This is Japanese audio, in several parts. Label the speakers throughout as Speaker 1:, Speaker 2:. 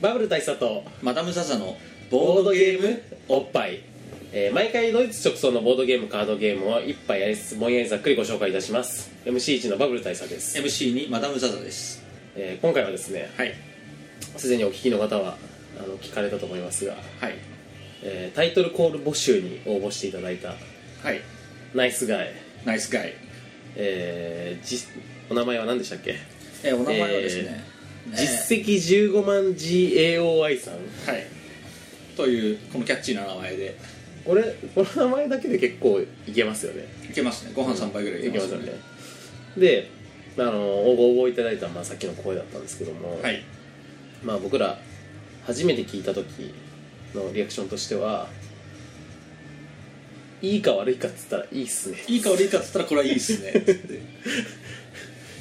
Speaker 1: バブル大佐とマダム・ザ・ザのボードゲームおっぱい、えー毎回ドイツ直送のボードゲームカードゲームを一杯やりつつぼんやりざっくりご紹介いたします MC1 のバブル大佐です、
Speaker 2: MC にマダム・ザ・ザです
Speaker 1: えー今回はですね
Speaker 2: はい
Speaker 1: すでにお聞きの方はあの聞かれたと思いますが、
Speaker 2: はい
Speaker 1: えータイトルコール募集に応募していただいた
Speaker 2: はい
Speaker 1: ナイスガイ、
Speaker 2: ナイスガイ、
Speaker 1: えーじお名前は何でしたっけ
Speaker 2: えーお名前はですね、
Speaker 1: 実績15万 GAOI さん
Speaker 2: 績はいというこのキャッチーな名前で
Speaker 1: これこの名前だけで結構いけますよね
Speaker 2: いけますねご飯3杯ぐら
Speaker 1: い
Speaker 2: いい
Speaker 1: け
Speaker 2: け
Speaker 1: ま
Speaker 2: ますす
Speaker 1: よ
Speaker 2: ね
Speaker 1: ねであの応募いただいた、まあ、さっきの声だったんですけども、
Speaker 2: はい
Speaker 1: まあ、僕ら初めて聞いた時のリアクションとしてはいいか悪いかっつったらいいっすね
Speaker 2: いいか悪いかっつったらこれはいいっす ねつって
Speaker 1: っ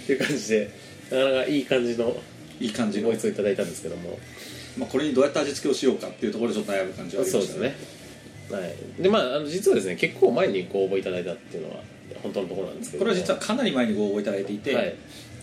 Speaker 1: ていう感じでなかなかいい感じの
Speaker 2: いい感じの
Speaker 1: ご一、報いただいたんですけども
Speaker 2: まあ、これにどうやって味付けをしようかっていうところでちょっと悩む感じはあり
Speaker 1: そ
Speaker 2: ま
Speaker 1: う
Speaker 2: し
Speaker 1: で
Speaker 2: た
Speaker 1: すねはいでまああの実はですね結構前にご応募いただいたっていうのは本当のところなんですけど
Speaker 2: こ
Speaker 1: も
Speaker 2: れは実はかなり前にご応募いただいていて、
Speaker 1: はい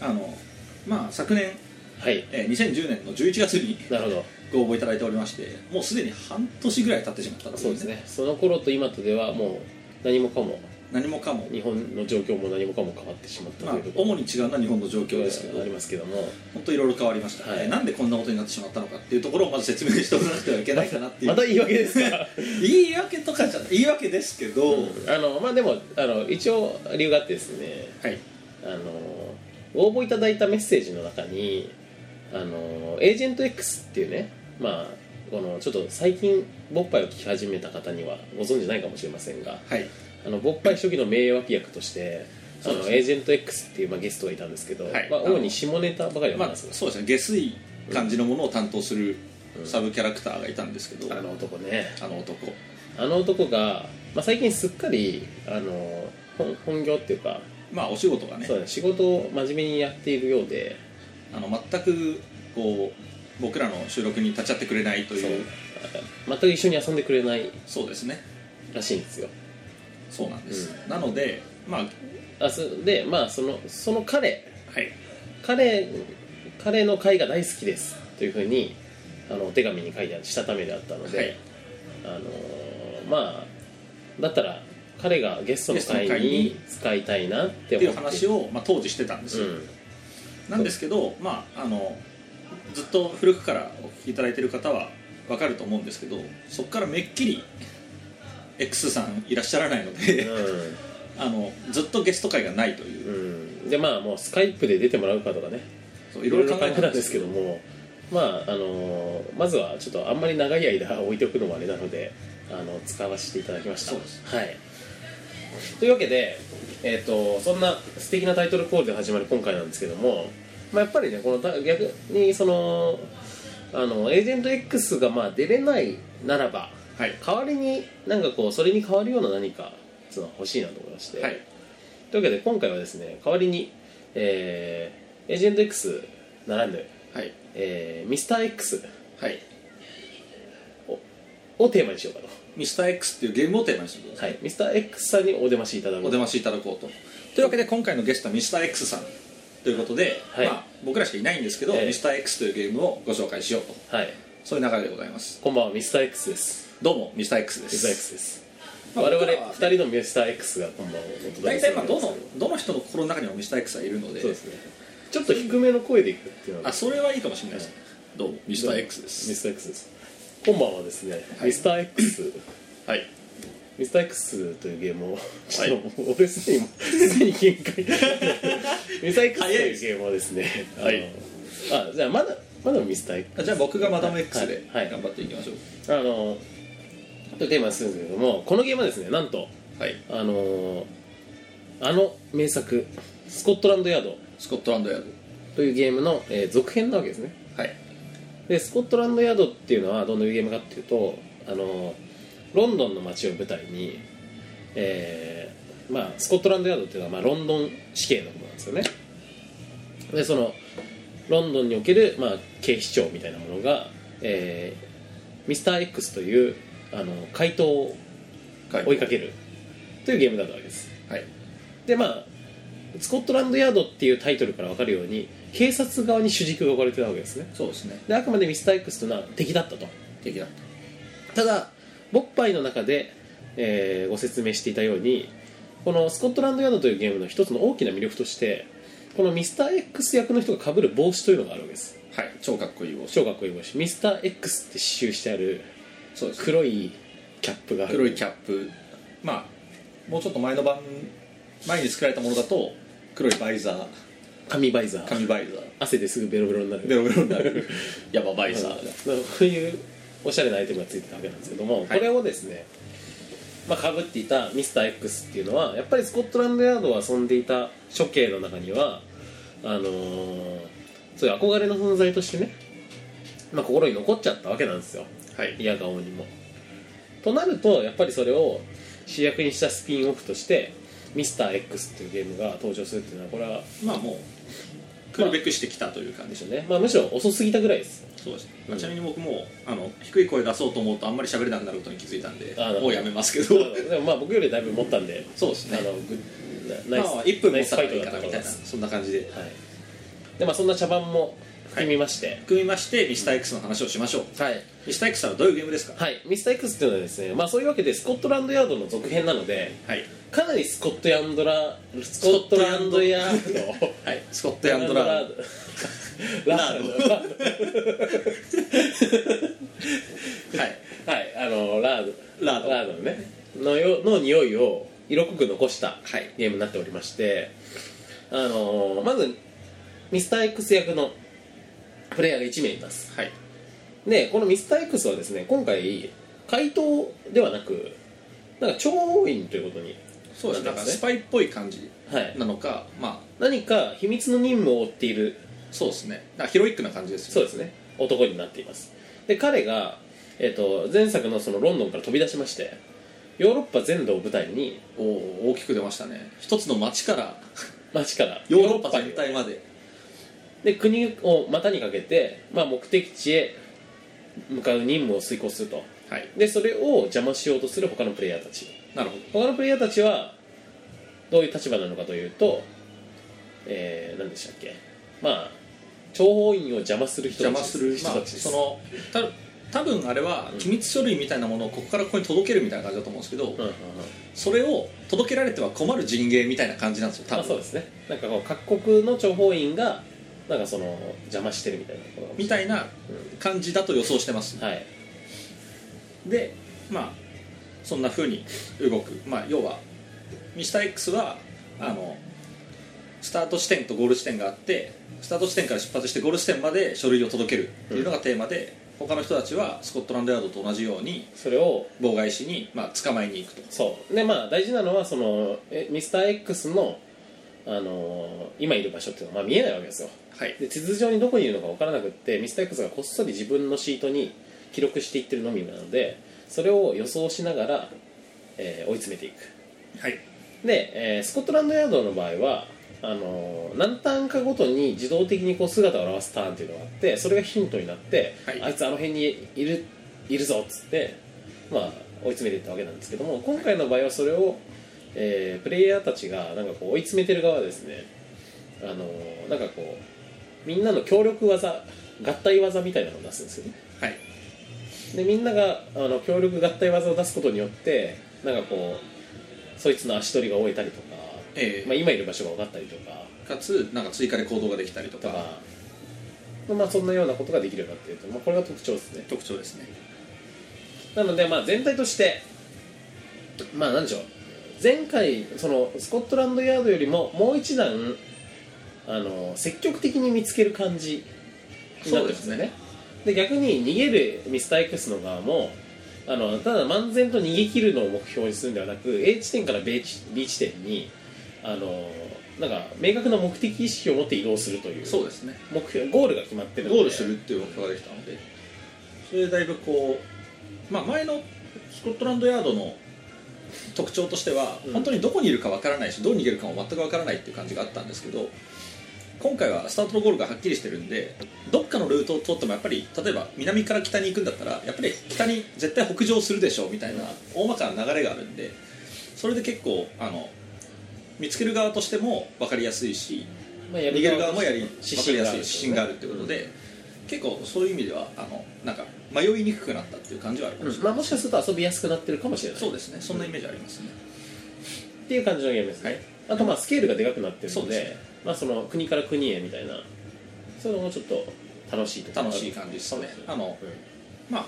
Speaker 2: あのまあ昨年、
Speaker 1: はい
Speaker 2: えー2010年の11月に
Speaker 1: なるほど
Speaker 2: ご応募いただいておりましてもうすでに半年ぐらい経ってしまったん
Speaker 1: そうですねその頃と今とではもう何もかも
Speaker 2: 何もかも、
Speaker 1: 日本の状況も何もかも変わってしまった
Speaker 2: まあ
Speaker 1: というと、ころ
Speaker 2: 主に違うのは日本の状況ですけど
Speaker 1: ありますけども
Speaker 2: 本当いろいろ変わりました、
Speaker 1: はい
Speaker 2: えーなんでこんなことになってしまったのかっていうところをまず説明しておかなくてはいけないかなっていう
Speaker 1: また言い訳です か
Speaker 2: 言い訳とかじゃ言い訳ですけど、
Speaker 1: あのまあでもあの一応理由があってですね
Speaker 2: はい
Speaker 1: あの応募いただいたメッセージの中にあのエージェント X っていうねまあこのちょっと最近ボッパイを聞き始めた方にはご存じないかもしれませんが
Speaker 2: はい
Speaker 1: あの勃発初期の名脇役としてあ
Speaker 2: そうで
Speaker 1: の
Speaker 2: すね
Speaker 1: エージェント X っていう、まあ、ゲストがいたんですけど、
Speaker 2: はい
Speaker 1: まあ、
Speaker 2: あの
Speaker 1: 主に下ネタばかりを
Speaker 2: まあ
Speaker 1: 話す、
Speaker 2: そうですね下水感じのものを担当するサブキャラクターがいたんですけど、
Speaker 1: あの男ね
Speaker 2: あの男
Speaker 1: あの男が、まあ、最近すっかりあの本本業っていうか
Speaker 2: まあお仕事がね
Speaker 1: そうだね仕事を真面目にやっているようで
Speaker 2: あの全くこう僕らの収録に立ち会ってくれないと
Speaker 1: そう
Speaker 2: いう
Speaker 1: 全く一緒に遊んでくれない
Speaker 2: そうですね
Speaker 1: らしいんですよ
Speaker 2: そうなんです、なのでまあは
Speaker 1: あそでまあそのその彼
Speaker 2: い
Speaker 1: 彼彼の会が大好きですというふうにあのお手紙に書いてあるしたためであったので、
Speaker 2: はい
Speaker 1: あのーまあだったら彼がゲストの会に使いたいなって
Speaker 2: って
Speaker 1: 思
Speaker 2: いう
Speaker 1: って
Speaker 2: 話を、まあ、当時してたんです
Speaker 1: う
Speaker 2: よ、
Speaker 1: ん、
Speaker 2: なんですけどまああのずっと古くからお聞きいただいてる方はわかると思うんですけどそこからめっきり X さんいらっしゃらないので、あのずっとゲスト会がないといううん
Speaker 1: うん、でまあもうスカイプで出てもらうかとかね
Speaker 2: そう
Speaker 1: い
Speaker 2: い
Speaker 1: ろ
Speaker 2: ろ
Speaker 1: い
Speaker 2: い
Speaker 1: ろ
Speaker 2: ろ
Speaker 1: 考
Speaker 2: 考
Speaker 1: え
Speaker 2: え
Speaker 1: て
Speaker 2: た
Speaker 1: た
Speaker 2: ん
Speaker 1: んで
Speaker 2: ですす
Speaker 1: け
Speaker 2: け
Speaker 1: ど
Speaker 2: ど
Speaker 1: もまああのーまずはちょっとあんまり長い間置いておくのもあれなのであの使わせていただきました
Speaker 2: そうです
Speaker 1: はいというわけで、えー、とそんな素敵なタイトルコールで始まる今回なんですけども、まあ、やっぱりねこのた逆にそのあのエージェント X がまあ出れないならば
Speaker 2: はい
Speaker 1: 代わりになんかこうそれに代わるような何かその欲しいなと思いまして、
Speaker 2: はい
Speaker 1: というわけで今回はですね代わりに、えーエージェント X ならぬ、
Speaker 2: はい
Speaker 1: えー、ミスター X
Speaker 2: はい
Speaker 1: をテーマにしようかと、
Speaker 2: ミスター x っていうゲームをテーマにしてください
Speaker 1: はい、ミスター X さんにお出ましいただこ
Speaker 2: お
Speaker 1: う
Speaker 2: 出
Speaker 1: と
Speaker 2: ましいただこうとというわけで今回のゲストは Mr.X さんということで、
Speaker 1: はい
Speaker 2: まあ、僕らしかいないんですけど、
Speaker 1: ええ
Speaker 2: Mr.X というゲームをご紹介しようと
Speaker 1: はい
Speaker 2: そういう流れでございます
Speaker 1: こんばんはミスター X です
Speaker 2: どうも Mr.X で
Speaker 1: ミスター
Speaker 2: す
Speaker 1: X です、
Speaker 2: まあ
Speaker 1: 我々
Speaker 2: 僕らは
Speaker 1: 2人のミスター X がこんばんはお届けする
Speaker 2: 大体まあど
Speaker 1: そ
Speaker 2: のどの人の心の中にも Mr.X はいるので
Speaker 1: うですねちょっと低めの声でいくっていうのが
Speaker 2: あそれはいいかもしれないですね、どうも
Speaker 1: ミ
Speaker 2: Mr.X で
Speaker 1: ミ
Speaker 2: す
Speaker 1: スター X ですこんばんはですね、
Speaker 2: はい
Speaker 1: ミスター X
Speaker 2: はい
Speaker 1: ミスター X というゲームを、ちょっと俺すでにもうすでに限界ミスター X というゲームをですね
Speaker 2: はい
Speaker 1: あのあじゃあまだまだミスター X
Speaker 2: じゃあ僕がマダム X で
Speaker 1: はい
Speaker 2: 頑張っていきましょう
Speaker 1: あのというテーマにするんですけどもこのゲームはですねなんと
Speaker 2: はい、
Speaker 1: あのあの名作「スコットランドヤード
Speaker 2: スコットランドヤー」
Speaker 1: というゲームの、えー続編なわけですね
Speaker 2: ドはい
Speaker 1: でスコットランドヤードっていうのはどんなゲームかっていうとあのロンドンの街を舞台に、えーまあ、スコットランドヤードっていうのは、まあ、ロンドン市警のことなんですよねでそのロンドンにおける、まあ、警視庁みたいなものが、えーミスター X という、あの怪盗を
Speaker 2: はい
Speaker 1: 追いかけるというゲームだったわけです
Speaker 2: はい
Speaker 1: でまあスコットランドヤードっていうタイトルから分かるように警察側に主軸が置かれてたわけですね
Speaker 2: そうですね
Speaker 1: であくまでミスター X というのは敵だったと
Speaker 2: 敵だった
Speaker 1: だボッパイの中で、えーご説明していたようにこのスコットランドヤードというゲームの一つの大きな魅力としてこのミスター X 役の人が被る帽子というのがあるわけです
Speaker 2: たはい超かっこいい帽子
Speaker 1: 超かっこいい帽子ミスター X って刺繍してある
Speaker 2: そうです
Speaker 1: 黒いキャップがある
Speaker 2: 黒いキャップまあもうちょっと前の版前に作られたものだと黒いバイザー
Speaker 1: 紙バイザー
Speaker 2: 紙バイザー
Speaker 1: 汗ですぐベロベロになる
Speaker 2: ベロベロにな るヤババイ ザーが
Speaker 1: うんこういうおしゃれなアイテムがついてたわけなんですけども、これをですねまあ、被っていたミスター x っていうのはやっぱりスコットランドヤードを遊んでいた処刑の中にはあのーそういう憧れの存在としてね、まあ、心に残っちゃったわけなんですよ
Speaker 2: はい
Speaker 1: 嫌顔にもとなるとやっぱりそれを主役にしたスピンオフとしてミスター x っていうゲームが登場するっていうのはこれは
Speaker 2: まあもう来るべくしてきたという感
Speaker 1: で
Speaker 2: じ
Speaker 1: しょうね、まあ、むしろ遅すぎたぐらいです
Speaker 2: そうですね、
Speaker 1: うん
Speaker 2: ちなみに僕もあの低い声出そうと思うとあんまり喋れなくなることに気づいたんで
Speaker 1: あなるほど
Speaker 2: もうやめますけ
Speaker 1: あ
Speaker 2: ど
Speaker 1: のでもまあ僕よりだいぶ持ったんで
Speaker 2: そうですね
Speaker 1: あのグッナイス、
Speaker 2: まあ1分
Speaker 1: ナ
Speaker 2: も
Speaker 1: イ
Speaker 2: 経
Speaker 1: ス
Speaker 2: た
Speaker 1: ファイ
Speaker 2: な
Speaker 1: ト
Speaker 2: い
Speaker 1: だ
Speaker 2: か
Speaker 1: った
Speaker 2: な
Speaker 1: と
Speaker 2: み
Speaker 1: 思い
Speaker 2: たい
Speaker 1: ま
Speaker 2: な
Speaker 1: す
Speaker 2: そんな感じで
Speaker 1: はいでまあそんな茶番も含みまして
Speaker 2: 組みましてミスター X の話をしましょう
Speaker 1: はい、
Speaker 2: ミスター X はどういうゲームですか
Speaker 1: はい、ミスター X っていうのはですねまあそういうわけでスコットランドヤードの続編なので
Speaker 2: はい
Speaker 1: かなりスコットヤンドラスコットランドヤード
Speaker 2: はいスコットランドラード
Speaker 1: ラードラード
Speaker 2: はい
Speaker 1: はいあのラード
Speaker 2: ラード
Speaker 1: ラードのねのよの匂いを色濃く残した
Speaker 2: はい
Speaker 1: ゲームになっておりましてあのーまずミスター X 役のプレイヤーが1名います
Speaker 2: はい
Speaker 1: でこのミスター X はですね今回怪盗ではなくなんか超員ということに
Speaker 2: そうですね
Speaker 1: な
Speaker 2: なん
Speaker 1: か
Speaker 2: んか
Speaker 1: ね
Speaker 2: スパイっぽい感じ
Speaker 1: はい
Speaker 2: なのかまあ
Speaker 1: 何か秘密の任務を追っている
Speaker 2: そうですねなんかヒロイックな感じですよ
Speaker 1: そうですね男になっていますで彼が、えっと前作のそのロンドンから飛び出しましてヨーロッパ全土を舞台に
Speaker 2: おお大きく出ましたね一つの街から
Speaker 1: 街から
Speaker 2: ヨーロッパ全
Speaker 1: に
Speaker 2: 体まで
Speaker 1: で国を股にかけて、まあ、目的地へ向かう任務を遂行すると
Speaker 2: はい
Speaker 1: でそれを邪魔しようとする他のプレイヤーたち
Speaker 2: なるほど
Speaker 1: 他のプレイヤーたちはどういう立場なのかというと、えー、何でしたっけまあ諜報員を邪魔する人た
Speaker 2: 邪
Speaker 1: ち
Speaker 2: 魔する
Speaker 1: 人
Speaker 2: まあ
Speaker 1: たちです
Speaker 2: そのた多分あれは機密書類みたいなものをここからここに届けるみたいな感じだと思うんですけど、
Speaker 1: うんうんうん
Speaker 2: それを届けられては困る人芸みたいな感じなんですよ多
Speaker 1: まあ、
Speaker 2: 分
Speaker 1: そうですねなんかこう各国の諜報員がなんかその邪魔してるみたいなことかもし
Speaker 2: み
Speaker 1: れ
Speaker 2: たいな感じだと予想してます、
Speaker 1: ないはい
Speaker 2: でまあそんな風に動くまあ要はミスター X はあのスタート地点とゴール地点があってスタート地点から出発してゴール地点まで書類を届けるっていうのがテーマで、他の人たちはスコットランドヤードと同じように
Speaker 1: それを
Speaker 2: 妨害しに、まあ、捕まえに行くと
Speaker 1: そうでまあ大事なのはそのえミスター X の、あのー今いる場所っていうのは、まあ、見えないわけですよ
Speaker 2: はい
Speaker 1: で地図上にどこにいるのか分からなくってミスター X がこっそり自分のシートに記録していってるのみなのでそれを予想しながら、えー追い詰めていく
Speaker 2: はい
Speaker 1: で、えースコットランドヤードの場合はあのー何ターンかごとに自動的にこう姿を現すターンっていうのがあってそれがヒントになって、
Speaker 2: はい
Speaker 1: あいつあの辺にいるいるぞっつって、まあ、追い詰めていったわけなんですけども今回の場合はそれを、えープレイヤーたちがなんかこう追い詰めてる側はですねあのーなんかこうみんなの協力技合体技みたいなのを出すんですよね
Speaker 2: はい
Speaker 1: でみんながあの協力合体技を出すことによってなんかこうそいつの足取りが終えたりとか、
Speaker 2: ええ
Speaker 1: まあ、今いる場所が分かったりとか
Speaker 2: かつなんか追加で行動ができたりと
Speaker 1: と
Speaker 2: か
Speaker 1: か、まあ、そんなようなことができるようになっていると、まあ、これが特徴ですね
Speaker 2: 特徴ですね
Speaker 1: なので、まあ、全体としてまあなんでしょう前回そのスコットランドヤードよりももう一段あの積極的に見つける感じになってますよねで逆に逃げるミスター X の側もあのただ漫然と逃げ切るのを目標にするんではなく A 地点から B 地 B 地点にあのなんか明確な目的意識を持って移動するという
Speaker 2: そうですね
Speaker 1: 目標ゴールが決まってるので
Speaker 2: ゴールするっていう目標ができたのでそれでだいぶこう、まあ、前のスコットランドヤードの特徴としては、
Speaker 1: うん
Speaker 2: 本当にどこにいるかわからないしどう逃げるかも全くわからないっていう感じがあったんですけど今回はスタートとゴールがはっきりしてるんでどっかのルートを通ってもやっぱり例えば南から北に行くんだったらやっぱり北に絶対北上するでしょうみたいな大まかな流れがあるんでそれで結構あの見つける側としても分かりやすいし
Speaker 1: まあ、
Speaker 2: 逃げる側もやり
Speaker 1: 指
Speaker 2: 分かり
Speaker 1: 針
Speaker 2: や
Speaker 1: があ
Speaker 2: すい
Speaker 1: る
Speaker 2: 指針があるってことで、結構そういう意味ではあのなんか迷いにくくなったっていう感じはあるかもしれ
Speaker 1: まあ、
Speaker 2: ない、
Speaker 1: もしかすると遊びやすくなってるかもしれない
Speaker 2: そうですねそんなイメージありますね、
Speaker 1: っていう感じのゲームですね、
Speaker 2: はい
Speaker 1: あとまあスケールがでかくなってる
Speaker 2: そ
Speaker 1: の
Speaker 2: う
Speaker 1: で
Speaker 2: ですね
Speaker 1: まあ、その国から国へみたいなそういうのもちょっと楽しいところ
Speaker 2: 楽しい感じですねあの
Speaker 1: うん
Speaker 2: まあ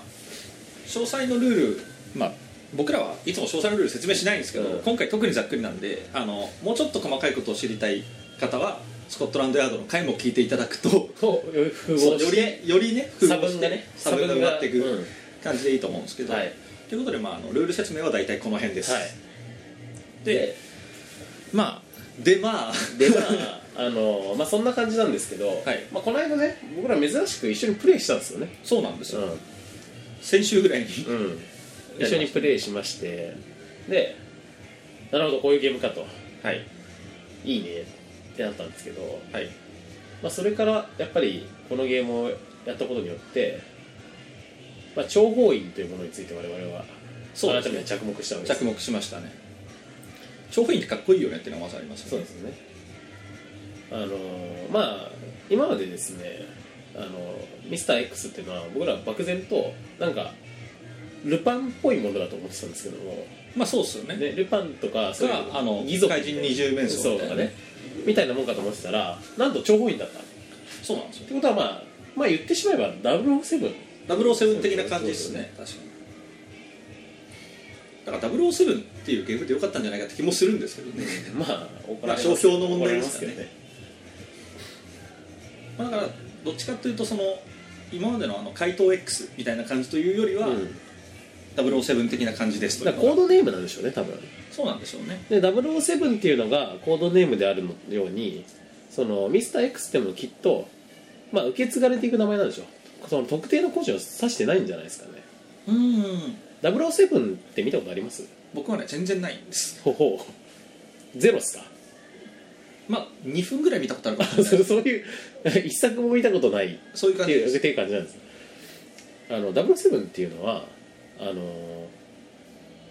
Speaker 2: 詳細のルールまあ僕らはいつも詳細のルール説明しないんですけど、
Speaker 1: うん
Speaker 2: 今回特にざっくりなんであのもうちょっと細かいことを知りたい方はスコットランドヤードの回も聞いていただくと
Speaker 1: と符合
Speaker 2: そう
Speaker 1: し
Speaker 2: よ
Speaker 1: て
Speaker 2: りよりね
Speaker 1: 差分がね
Speaker 2: 差分が埋まってい
Speaker 1: うん
Speaker 2: く感じでいいと思うんですけど、
Speaker 1: はい
Speaker 2: ということで、まあ、あのルール説明は大体この辺です、
Speaker 1: はい
Speaker 2: でまあでまあ
Speaker 1: でまあ あのまあそんな感じなんですけど、
Speaker 2: はい
Speaker 1: まあ、この間ね僕ら珍しく一緒にプレイしたんですよね
Speaker 2: そうなんですよ、
Speaker 1: う
Speaker 2: 先週ぐらいに
Speaker 1: ん、うん、一緒にプレイしましてでなるほどこういうゲームかと
Speaker 2: はい
Speaker 1: いいねってなったんですけど、
Speaker 2: はい
Speaker 1: まあ、それからやっぱりこのゲームをやったことによって、まあ、諜報員というものについて我々は
Speaker 2: そうです
Speaker 1: 改
Speaker 2: ね
Speaker 1: めて着目したわけです
Speaker 2: 着目しましたね調布院ってかっこいいよねっていうのはまずありますよね
Speaker 1: そうですねあのーまあ今までですねあのミスター X っていうのは僕らは漠然となんかルパンっぽいものだと思ってたんですけども
Speaker 2: まあそうっすよね
Speaker 1: ね、ルパンとかそういう
Speaker 2: があの
Speaker 1: 義賊
Speaker 2: 怪人二十面相
Speaker 1: そう
Speaker 2: み
Speaker 1: と
Speaker 2: たい
Speaker 1: か
Speaker 2: なね
Speaker 1: ねみたいなもんかと思ってたらなんと諜報員だったっ
Speaker 2: そうなんですよ
Speaker 1: てことはまあまあ言ってしまえば007
Speaker 2: 007的な感じですね確かにだから007っていうゲームでよかったんじゃないかって気もするんですけどね
Speaker 1: まあ怒
Speaker 2: まあ商標の問題ですからねまあだからどっちかというとその今までのあの怪盗 X みたいな感じというよりは、
Speaker 1: うん、
Speaker 2: 007的な感じですと
Speaker 1: だ
Speaker 2: いう
Speaker 1: から
Speaker 2: の
Speaker 1: コ
Speaker 2: が
Speaker 1: ードネームなんでしょうね多分
Speaker 2: そうなんでしょうね
Speaker 1: で007っていうのがコードネームであるのようにそのミスター X っていうのもきっと、まあ、受け継がれていく名前なんでしょうその特定の個人を指してないんじゃないですかね
Speaker 2: うん
Speaker 1: 007って見たことあります
Speaker 2: 僕はね全然ないんです
Speaker 1: ほほうゼロっすか
Speaker 2: まあ2分ぐらい見たことあるかもしれ な
Speaker 1: そ
Speaker 2: い
Speaker 1: れそういう一作も見たことないっ
Speaker 2: そういう感
Speaker 1: て
Speaker 2: じ
Speaker 1: い
Speaker 2: で
Speaker 1: う
Speaker 2: す
Speaker 1: っていう感じなんですあの007っていうのはあのー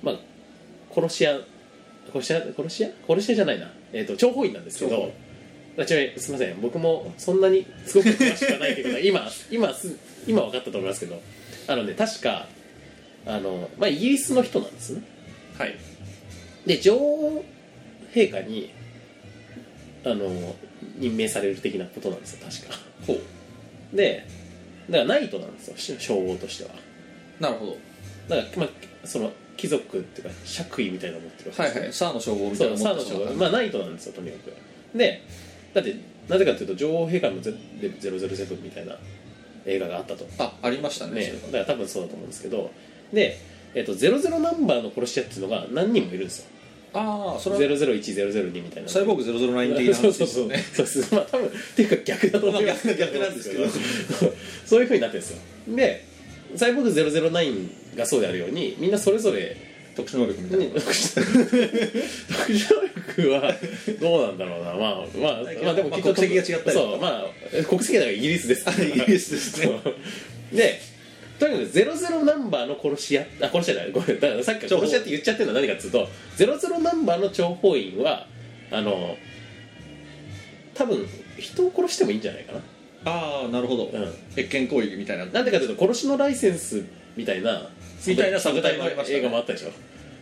Speaker 1: まあ殺し屋殺し屋殺し屋殺し屋じゃないな、えー、と諜報員なんですけ
Speaker 2: 諜
Speaker 1: ど
Speaker 2: 報
Speaker 1: あちなみにすいません僕もそんなにすごく詳しくはないということは 今今す今分かったと思いますけどあのね確かあの、まあ、イギリスの人なんですね
Speaker 2: はい
Speaker 1: で女王陛下にあの任命される的なことなんですよ確か
Speaker 2: ほ
Speaker 1: でだからナイトなんですよし称号としては
Speaker 2: うなるほど
Speaker 1: だから、まあ、その貴族っていうか爵位みたいなの持ってるわけ
Speaker 2: は
Speaker 1: で
Speaker 2: い
Speaker 1: すよ
Speaker 2: はいサーの称号みたい
Speaker 1: そ
Speaker 2: な
Speaker 1: う
Speaker 2: も
Speaker 1: サ
Speaker 2: ん
Speaker 1: ー
Speaker 2: で
Speaker 1: の
Speaker 2: すよ
Speaker 1: 称号まあナイトなんですよとにかくでだってなぜかというと女王陛下のゼで007みたいな映画があったと
Speaker 2: あありましたね
Speaker 1: ね
Speaker 2: それ
Speaker 1: だ
Speaker 2: は
Speaker 1: から多分そうだと思うんですけどで、えっと00ナンバーの殺し屋っていうのが何人もいるんですよ
Speaker 2: ああそれは
Speaker 1: 001002みたいな
Speaker 2: サイボーグ009的な話
Speaker 1: そう
Speaker 2: で
Speaker 1: そうそうそう
Speaker 2: すよね
Speaker 1: ですまあ多分っていうか逆だと思います
Speaker 2: まあ逆逆なんですけど
Speaker 1: そういうふうになってるんですよでサイボーグ009がそうであるようにみんなそれぞれ
Speaker 2: 特殊能力みたいな
Speaker 1: 特殊特殊能力はどうなんだろうなまあまあまあでも
Speaker 2: まあ国籍が違ったりとか
Speaker 1: そうまあ国籍はイギリスです
Speaker 2: イギリスです ね
Speaker 1: そうでとにかく00ナンバーの殺し屋あ殺し屋じゃないごめんだからさっきから殺し屋って言っちゃってるのは何かっつうと00ナンバーの諜報員はあの多分人を殺してもいいんじゃないかな
Speaker 2: ああなるほど
Speaker 1: うん
Speaker 2: 越権攻撃みたいな
Speaker 1: なんでかというと殺しのライセンスみたいな
Speaker 2: みたいなサブタイもありましたね
Speaker 1: 映画もあったでしょだか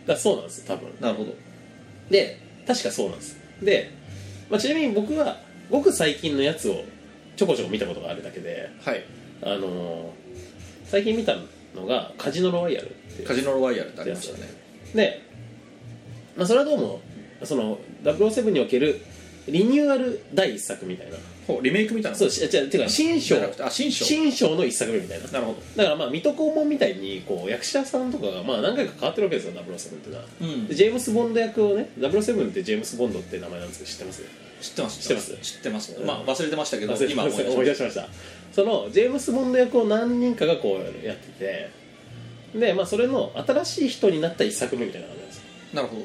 Speaker 1: らそうなんですよ多分
Speaker 2: なるほど
Speaker 1: で確かそうなんですで、まあ、ちなみに僕はごく最近のやつをちょこちょこ見たことがあるだけで
Speaker 2: はい
Speaker 1: あのー最近見たのがカジノロワイヤルっていう
Speaker 2: カジノロワイヤルってありましたね
Speaker 1: で、まあ、それはどうもその007におけるリニューアル第一作みたいな
Speaker 2: ほうリメイクみたいな
Speaker 1: そうしあ違うていうか新
Speaker 2: じ
Speaker 1: 章
Speaker 2: ゃなくてあ新章
Speaker 1: 新章の一作目みたいな
Speaker 2: なるほ
Speaker 1: だからまあ水戸黄門みたいにこう役者さんとかがまあ何回か変わってるわけですよ007っていうのは
Speaker 2: どうん
Speaker 1: でジェームス・ボンド役をね007ってジェームス・ボンドって名前なんですけど知ってます
Speaker 2: 知ってます
Speaker 1: 知ってます
Speaker 2: 知ってます
Speaker 1: うん
Speaker 2: まあ忘れてましたけど
Speaker 1: 忘れて
Speaker 2: 今
Speaker 1: ます
Speaker 2: 思い出し
Speaker 1: 思
Speaker 2: ま
Speaker 1: い
Speaker 2: し
Speaker 1: 出しましたそのジェームス・ボンド役を何人かがこうやっててで、まあ、それの新しい人になった一作目みたいな感じなんですよ
Speaker 2: たなるほ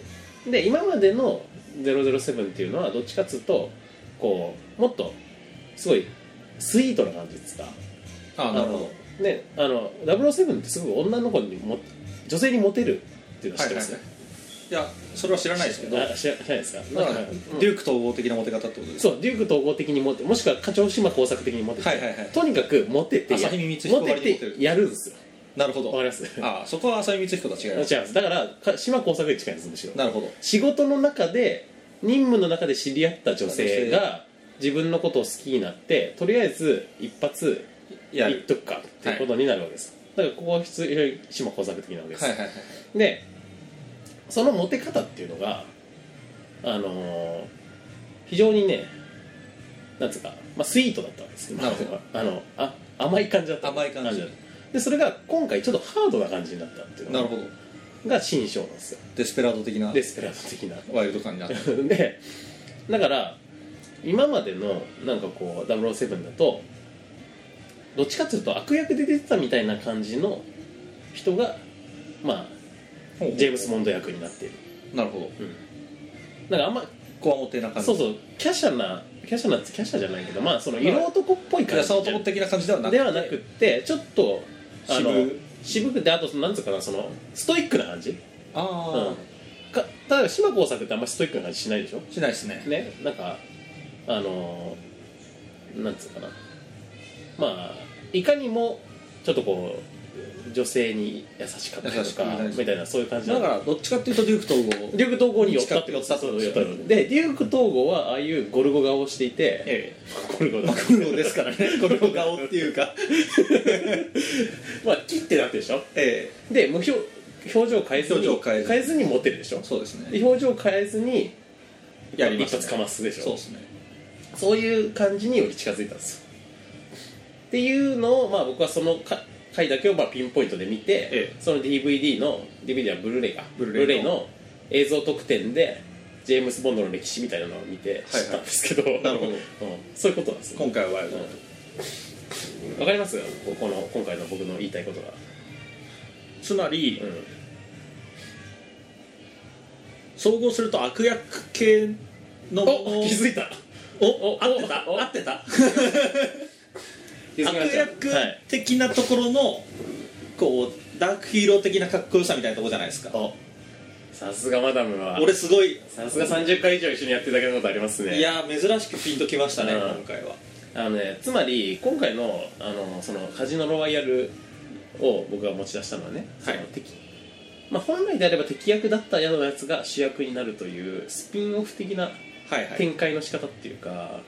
Speaker 2: ど
Speaker 1: で今までの007っていうのはどっちかっつうとこうもっとすごいスイートな感じですか
Speaker 2: あ
Speaker 1: あ
Speaker 2: なるほど
Speaker 1: のねあの007ってすごく女の子にも女性にモテるっていうの知ってます、
Speaker 2: はいはいはい、いやそれは知らないですけどだか
Speaker 1: あ知らないですか
Speaker 2: ら
Speaker 1: なんか
Speaker 2: デューク統合的なモテ方ってことです
Speaker 1: そうデューク統合的にモテもしくは課長島工作的にモテて、
Speaker 2: はいはいはい
Speaker 1: とにかくモテて
Speaker 2: 朝日光彦
Speaker 1: モ
Speaker 2: 割り
Speaker 1: テ
Speaker 2: にモテる
Speaker 1: てやるんですよ
Speaker 2: なるほど
Speaker 1: わかります
Speaker 2: あそこは浅井光彦とは違い
Speaker 1: 違うん
Speaker 2: ま
Speaker 1: ですすだからか島工作に近いんですむしろ
Speaker 2: なるほど
Speaker 1: 仕事の中で任務の中で知り合った女性が自分のことを好きになってとりあえず一発
Speaker 2: いや
Speaker 1: 言っ
Speaker 2: る
Speaker 1: とくかっていうことになるわけです、だからここは普通に島工作的なわけです、
Speaker 2: はいはいはい
Speaker 1: でそのモテ方っていうのがあのー非常にねなんつうか、まあ、スイートだったわけですよ
Speaker 2: なるほど
Speaker 1: あのあ甘い感じだった
Speaker 2: 甘い感じ
Speaker 1: だったでそれが今回ちょっとハードな感じになったっていう
Speaker 2: なる
Speaker 1: の
Speaker 2: ほど
Speaker 1: が新章なんですよ
Speaker 2: デスペラード的な
Speaker 1: デスペラード的な
Speaker 2: ワイルド感になって
Speaker 1: でだから今までのなんかこう007だとどっちかっていうと悪役で出てたみたいな感じの人がまあジェームス・モンド役になっている、
Speaker 2: なるほど
Speaker 1: うん、なんかあんま
Speaker 2: こわもてな感じ
Speaker 1: そうそう華奢な華奢なって華奢じゃないけどまあその色男っぽい感
Speaker 2: や
Speaker 1: じ
Speaker 2: さ男的な感じではなくて
Speaker 1: ではなくってちょっとあの
Speaker 2: 渋
Speaker 1: 渋くてあとなんつうかなそのストイックな感じ
Speaker 2: あ
Speaker 1: かただ島耕作ってあんまりストイックな感じしないでしょ
Speaker 2: あしないですね
Speaker 1: ねなんかあのーなんつうかなまあいかにもちょっとこう女性に優しかったり
Speaker 2: 優
Speaker 1: と
Speaker 2: しく
Speaker 1: か
Speaker 2: ない
Speaker 1: みたいなそういう感じな
Speaker 2: だ
Speaker 1: の
Speaker 2: からどっちかっていうとデューク統合
Speaker 1: デューク統合に寄ったって
Speaker 2: 寄ったって
Speaker 1: そう
Speaker 2: ことです
Speaker 1: 寄っ
Speaker 2: よ
Speaker 1: たっ
Speaker 2: ね
Speaker 1: てことでデューク統合はああいうゴルゴ顔をしていて
Speaker 2: え
Speaker 1: ゴルゴだ
Speaker 2: えゴル ゴですからねゴルゴ顔っていうか
Speaker 1: まあ切ってなってるでしょ
Speaker 2: え
Speaker 1: で無表表情変えずに
Speaker 2: 表情変えず
Speaker 1: にモテるでしょ
Speaker 2: えそうですね
Speaker 1: で表情変えずに
Speaker 2: やりますね
Speaker 1: 一発かますでしょ
Speaker 2: そうですね
Speaker 1: そういう感じにより近づいたんですよっていうのを、まあ、僕はそのか回だけをまあピンポイントで見て、
Speaker 2: ええ
Speaker 1: その DVD の DVD はブルーレイか
Speaker 2: ブルーレイの
Speaker 1: の映像特典でジェームス・ボンドの歴史みたいなのを見て知ったんですけど、
Speaker 2: なるほど
Speaker 1: うんそういうことなんですよ
Speaker 2: 今回はワイルド
Speaker 1: わかりますここの今回の僕の言いたいことが、
Speaker 2: つまり
Speaker 1: うん
Speaker 2: 総合すると悪役系のもの
Speaker 1: お気づいた
Speaker 2: お
Speaker 1: お
Speaker 2: 合ってた
Speaker 1: お
Speaker 2: 合ってた
Speaker 1: 気づきま
Speaker 2: 悪
Speaker 1: した
Speaker 2: 役
Speaker 1: はい
Speaker 2: 的なところのこうダークヒーロー的なかっこよさみたいなところじゃないですか
Speaker 1: おさすがマダムは
Speaker 2: 俺すごい
Speaker 1: さすが30回以上一緒にやってるだけのことありますね
Speaker 2: いやー珍しくピンときましたね
Speaker 1: うん
Speaker 2: 今回は
Speaker 1: あのね、つまり今回のあのそのカジノロワイヤルを僕が持ち出したのはね、
Speaker 2: はい
Speaker 1: その敵まあ、本来であれば敵役だった宿のやつが主役になるというスピンオフ的な
Speaker 2: はいはい
Speaker 1: 展開の仕方っていうか、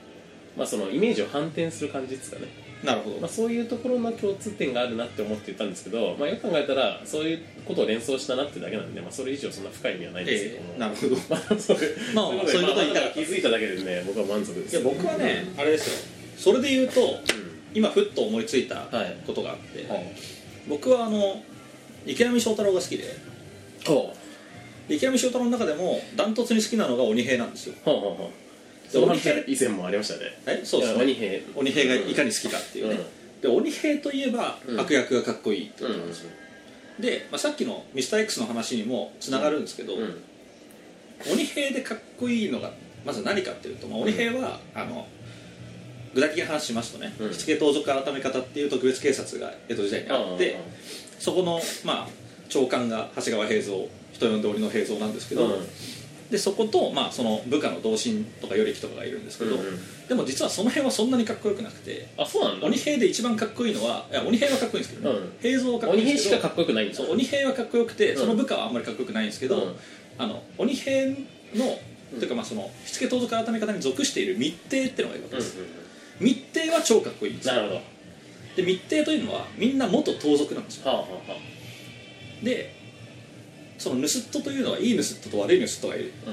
Speaker 1: まあ、そのイメージを反転する感じですかね、
Speaker 2: なるほど
Speaker 1: まあ、そういうところの共通点があるなって思っていたんですけど、まあ、よく考えたらそういうことを連想したなってだけなんで、まあ、それ以上そんな深い意味はないんですけど
Speaker 2: え
Speaker 1: も、
Speaker 2: えなるほど
Speaker 1: まあ、そういう
Speaker 2: まあまあそういうことを言ったら
Speaker 1: 気づいただけでね僕は満足で
Speaker 2: い
Speaker 1: す
Speaker 2: や僕はね、あれですよそれで言うと今ふっと思いついた
Speaker 1: はい
Speaker 2: ことがあって、
Speaker 1: うんはい
Speaker 2: 僕はあの池波正太郎が好きで
Speaker 1: お
Speaker 2: で池波正太郎の中でもダントツに好きなのが鬼平なんですよ
Speaker 1: ほうほうほう
Speaker 2: で
Speaker 1: その
Speaker 2: 鬼平
Speaker 1: 以前もありましたね
Speaker 2: えそうですね
Speaker 1: 鬼兵
Speaker 2: 鬼平がいかに好きかっていうね、で鬼平といえば、
Speaker 1: うん
Speaker 2: 悪役がかっこいいって
Speaker 1: うん
Speaker 2: ことなんですよ、で、まあ、さっきのミスター X の話にもつながるんですけど、
Speaker 1: うんうん
Speaker 2: 鬼平でかっこいいのがまず何かっていうと、まあ、鬼平は、あの具体的な話しますとね、
Speaker 1: うん
Speaker 2: 火付盗賊改め方っていう特別警察が江戸時代にあって、そこの、まあ、長官が長谷川平蔵人呼んで鬼の平蔵なんですけ
Speaker 1: うんう
Speaker 2: ど、
Speaker 1: ん
Speaker 2: でそこと、まあ、その部下の同心とか頼木とかがいるんですけど、
Speaker 1: うんうん
Speaker 2: でも実はその辺はそんなにかっこよくなくて
Speaker 1: あそうなんだ
Speaker 2: 鬼平で一番かっこいいのはいや鬼平はかっこいいんですけど、ね
Speaker 1: うん
Speaker 2: 平蔵はかっこい
Speaker 1: 鬼
Speaker 2: いん
Speaker 1: 兵
Speaker 2: です
Speaker 1: し
Speaker 2: け
Speaker 1: か
Speaker 2: ど
Speaker 1: かっこよくないんです
Speaker 2: そ
Speaker 1: よ
Speaker 2: う鬼平はかっこよくて、
Speaker 1: うん
Speaker 2: その部下はあんまりかっこよくないんですけど、
Speaker 1: うん
Speaker 2: あの鬼平の、
Speaker 1: うん
Speaker 2: というかまあその火付盗賊改め方に属している密偵ってのがいるわけ
Speaker 1: うんう
Speaker 2: です、
Speaker 1: ん
Speaker 2: 密偵は超かっこいいんです
Speaker 1: な
Speaker 2: よ
Speaker 1: るほどは
Speaker 2: で密偵というのはみんな元盗賊なんですよ
Speaker 1: あはあは
Speaker 2: でその盗人というのはいい盗人と悪い盗人がいる
Speaker 1: あ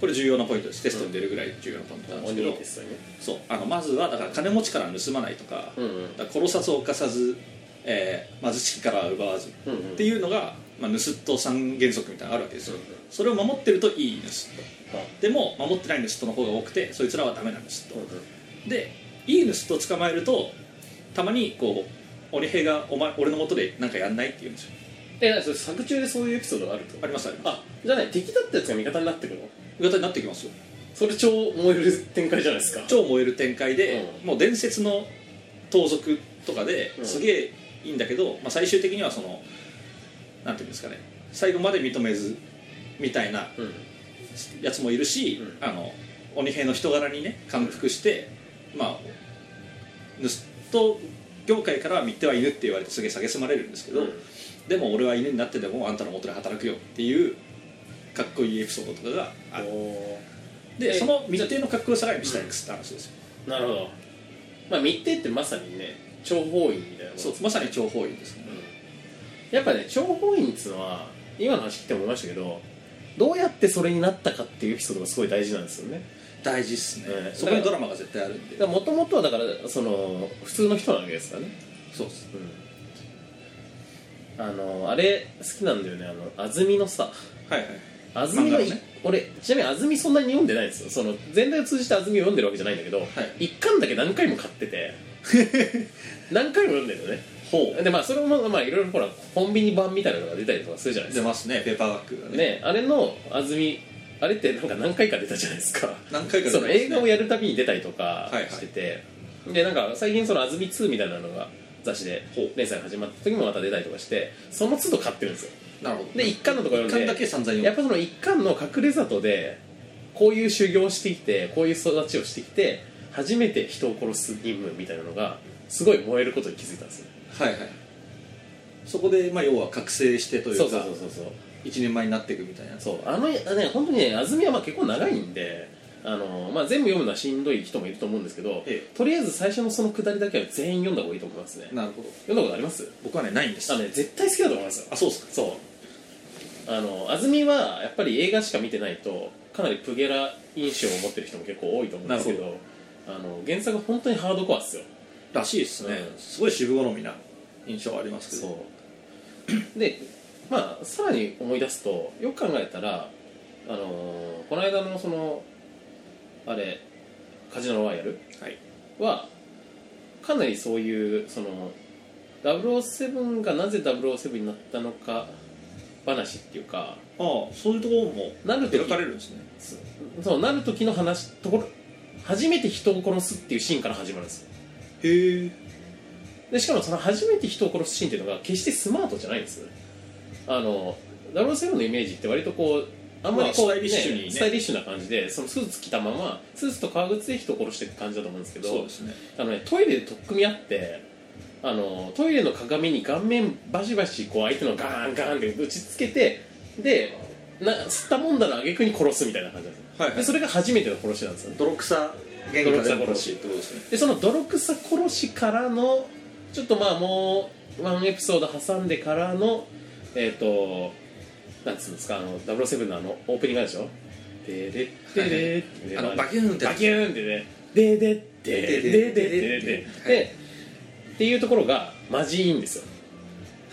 Speaker 2: これ重要なポイントですテストに出るぐらい重要なポイントなんですけど、
Speaker 1: 鬼ですよね
Speaker 2: そうあのまずはだから金持ちから盗まないとか,、
Speaker 1: うんうん
Speaker 2: 殺さず犯さず、えー貧しきからは奪わず
Speaker 1: うんうん
Speaker 2: っていうのが、まあ、盗っ人三原則みたいなのがあるわけですよ、
Speaker 1: うんうん
Speaker 2: それを守ってるといい盗っ
Speaker 1: は
Speaker 2: 人でも守ってない盗っ人の方が多くてそいつらはダメな盗っ
Speaker 1: あうんうん
Speaker 2: 人でいい盗っ人を捕まえるとたまにこう鬼兵がお前俺の元でなんかやんないって言うんですよ
Speaker 1: えなんかそれ作中でそういうエピソードがあるってこ
Speaker 2: あ
Speaker 1: と
Speaker 2: りますあります
Speaker 1: あじゃない敵だったやつが味方になってくるの
Speaker 2: 味方になってきますよ
Speaker 1: それ超燃える展開じゃないですか
Speaker 2: 超燃える展開で、
Speaker 1: う
Speaker 2: もう伝説の盗賊とかで
Speaker 1: うん
Speaker 2: すげえいいんだけど、まあ、最終的にはそのなんていうんですかね最後まで認めずみたいな
Speaker 1: うん
Speaker 2: やつもいるし、
Speaker 1: う
Speaker 2: あの鬼兵の人柄にね感服して、まあ盗人業界からは見ては犬って言われてすげえ蔑まれるんですけど、
Speaker 1: うん
Speaker 2: でも俺は犬になってでもあんたの元で働くよっていうかっこいいエピソードとかがある
Speaker 1: お
Speaker 2: で
Speaker 1: え
Speaker 2: その未定のかっこよさが今したいですって話ですよ、
Speaker 1: ーなるほどまあ密偵ってまさにね諜報員みたいなもん
Speaker 2: そうまさに情報員ですね
Speaker 1: やっぱね諜報員っつうのは今の話聞いても思いましたけどどうやってそれになったかっていうエピソードがすごい大事なんですよね
Speaker 2: 大事っすね、
Speaker 1: ええ
Speaker 2: そこにドラマが絶対あるんで
Speaker 1: もともとはだからその普通の人なわけですからね
Speaker 2: そうっす
Speaker 1: うんあのあれ好きなんだよねあの安住のさ
Speaker 2: はいはい
Speaker 1: 安住の
Speaker 2: 漫画
Speaker 1: い、
Speaker 2: のね
Speaker 1: 俺ちなみに安住そんなに読んでないんですよその全体を通じて安住を読んでるわけじゃないんだけど、一巻だけ何回も買って て何回も読んでるのね
Speaker 2: ほう
Speaker 1: でまあそれもまあいろいろほらコンビニ版みたいなのが出たりとかするじゃないで
Speaker 2: 出
Speaker 1: すか
Speaker 2: ますねペーパーバッグがね
Speaker 1: ねあれの安住あれってなんか何回か出たじゃないですか
Speaker 2: 何回か出て
Speaker 1: そ
Speaker 2: ます
Speaker 1: の
Speaker 2: ね
Speaker 1: 映画をやるたびに出たりとか
Speaker 2: はいはい
Speaker 1: してて、でなんか最近その「あずみ2」みたいなのが雑誌で連載が始まった時もまた出たりとかしてその都度買ってるんですよ
Speaker 2: なるほど
Speaker 1: で一巻のところ
Speaker 2: 一巻
Speaker 1: で
Speaker 2: だけ散々読む
Speaker 1: やっぱその一巻の隠れ里でこういう修行をしてきてこういう育ちをしてきて初めて人を殺す任務みたいなのがすごい燃えることに気づいたんですよ
Speaker 2: はいはいそこで、まあ、要は覚醒してというか
Speaker 1: そうそうそうそうそう
Speaker 2: 一人前になっていくみたいな
Speaker 1: そうあのね本当にね安住はまあ結構長いんであの、まあ、全部読むのはしんどい人もいると思うんですけど、
Speaker 2: え
Speaker 1: とりあえず最初のそのくだりだけは全員読んだ方がいいと思いますね
Speaker 2: なるほど
Speaker 1: 読んだことあります
Speaker 2: 僕はねないんです
Speaker 1: あのね絶対好きだと思いますよ
Speaker 2: あそうっすか
Speaker 1: そうあの安住はやっぱり映画しか見てないとかなりプゲラ印象を持ってる人も結構多いと思うんですけど
Speaker 2: な
Speaker 1: あの原作は本当にハードコアっすよ
Speaker 2: らしいですね、
Speaker 1: うん
Speaker 2: すごい渋好みな印象はありますけど
Speaker 1: そう でまあさらに思い出すとよく考えたらあのーこの間のそのあれカジノロワイヤル
Speaker 2: はい
Speaker 1: はかなりそういうその007がなぜ007になったのか話っていうか
Speaker 2: ああそういうところも
Speaker 1: なる時
Speaker 2: 描かれるんですね
Speaker 1: そそうなる時の話ところ初めて人を殺すっていうシーンから始まるんですよ
Speaker 2: へえ
Speaker 1: でしかもその初めて人を殺すシーンっていうのが決してスマートじゃないんですよねあの007のイメージって割とこうあんまりこう、
Speaker 2: まあスタイリッシュにね
Speaker 1: スタイリッシュな感じでそのスーツ着たままスーツと革靴で人を殺していく感じだと思うんですけど
Speaker 2: そうですね
Speaker 1: あのね、トイレで取っ組み合ってあのトイレの鏡に顔面バシバシこう相手のガーンガーンって打ちつけてでな吸ったもんだら挙句に殺すみたいな感じなんですよ
Speaker 2: はいはい
Speaker 1: でそれが初めての殺しなんですよね
Speaker 2: 泥臭原
Speaker 1: 泥
Speaker 2: 価
Speaker 1: 臭
Speaker 2: で
Speaker 1: 殺
Speaker 2: 殺
Speaker 1: し
Speaker 2: しってことですね
Speaker 1: でその泥臭殺しからのちょっとまあもうワンエピソード挟んでからのえっ、となんつうんですかあの007のあのオープニングあるでしょででででってね
Speaker 2: あのバキューンって
Speaker 1: バキューンってねでででででででででっていうところがマジいいんですよ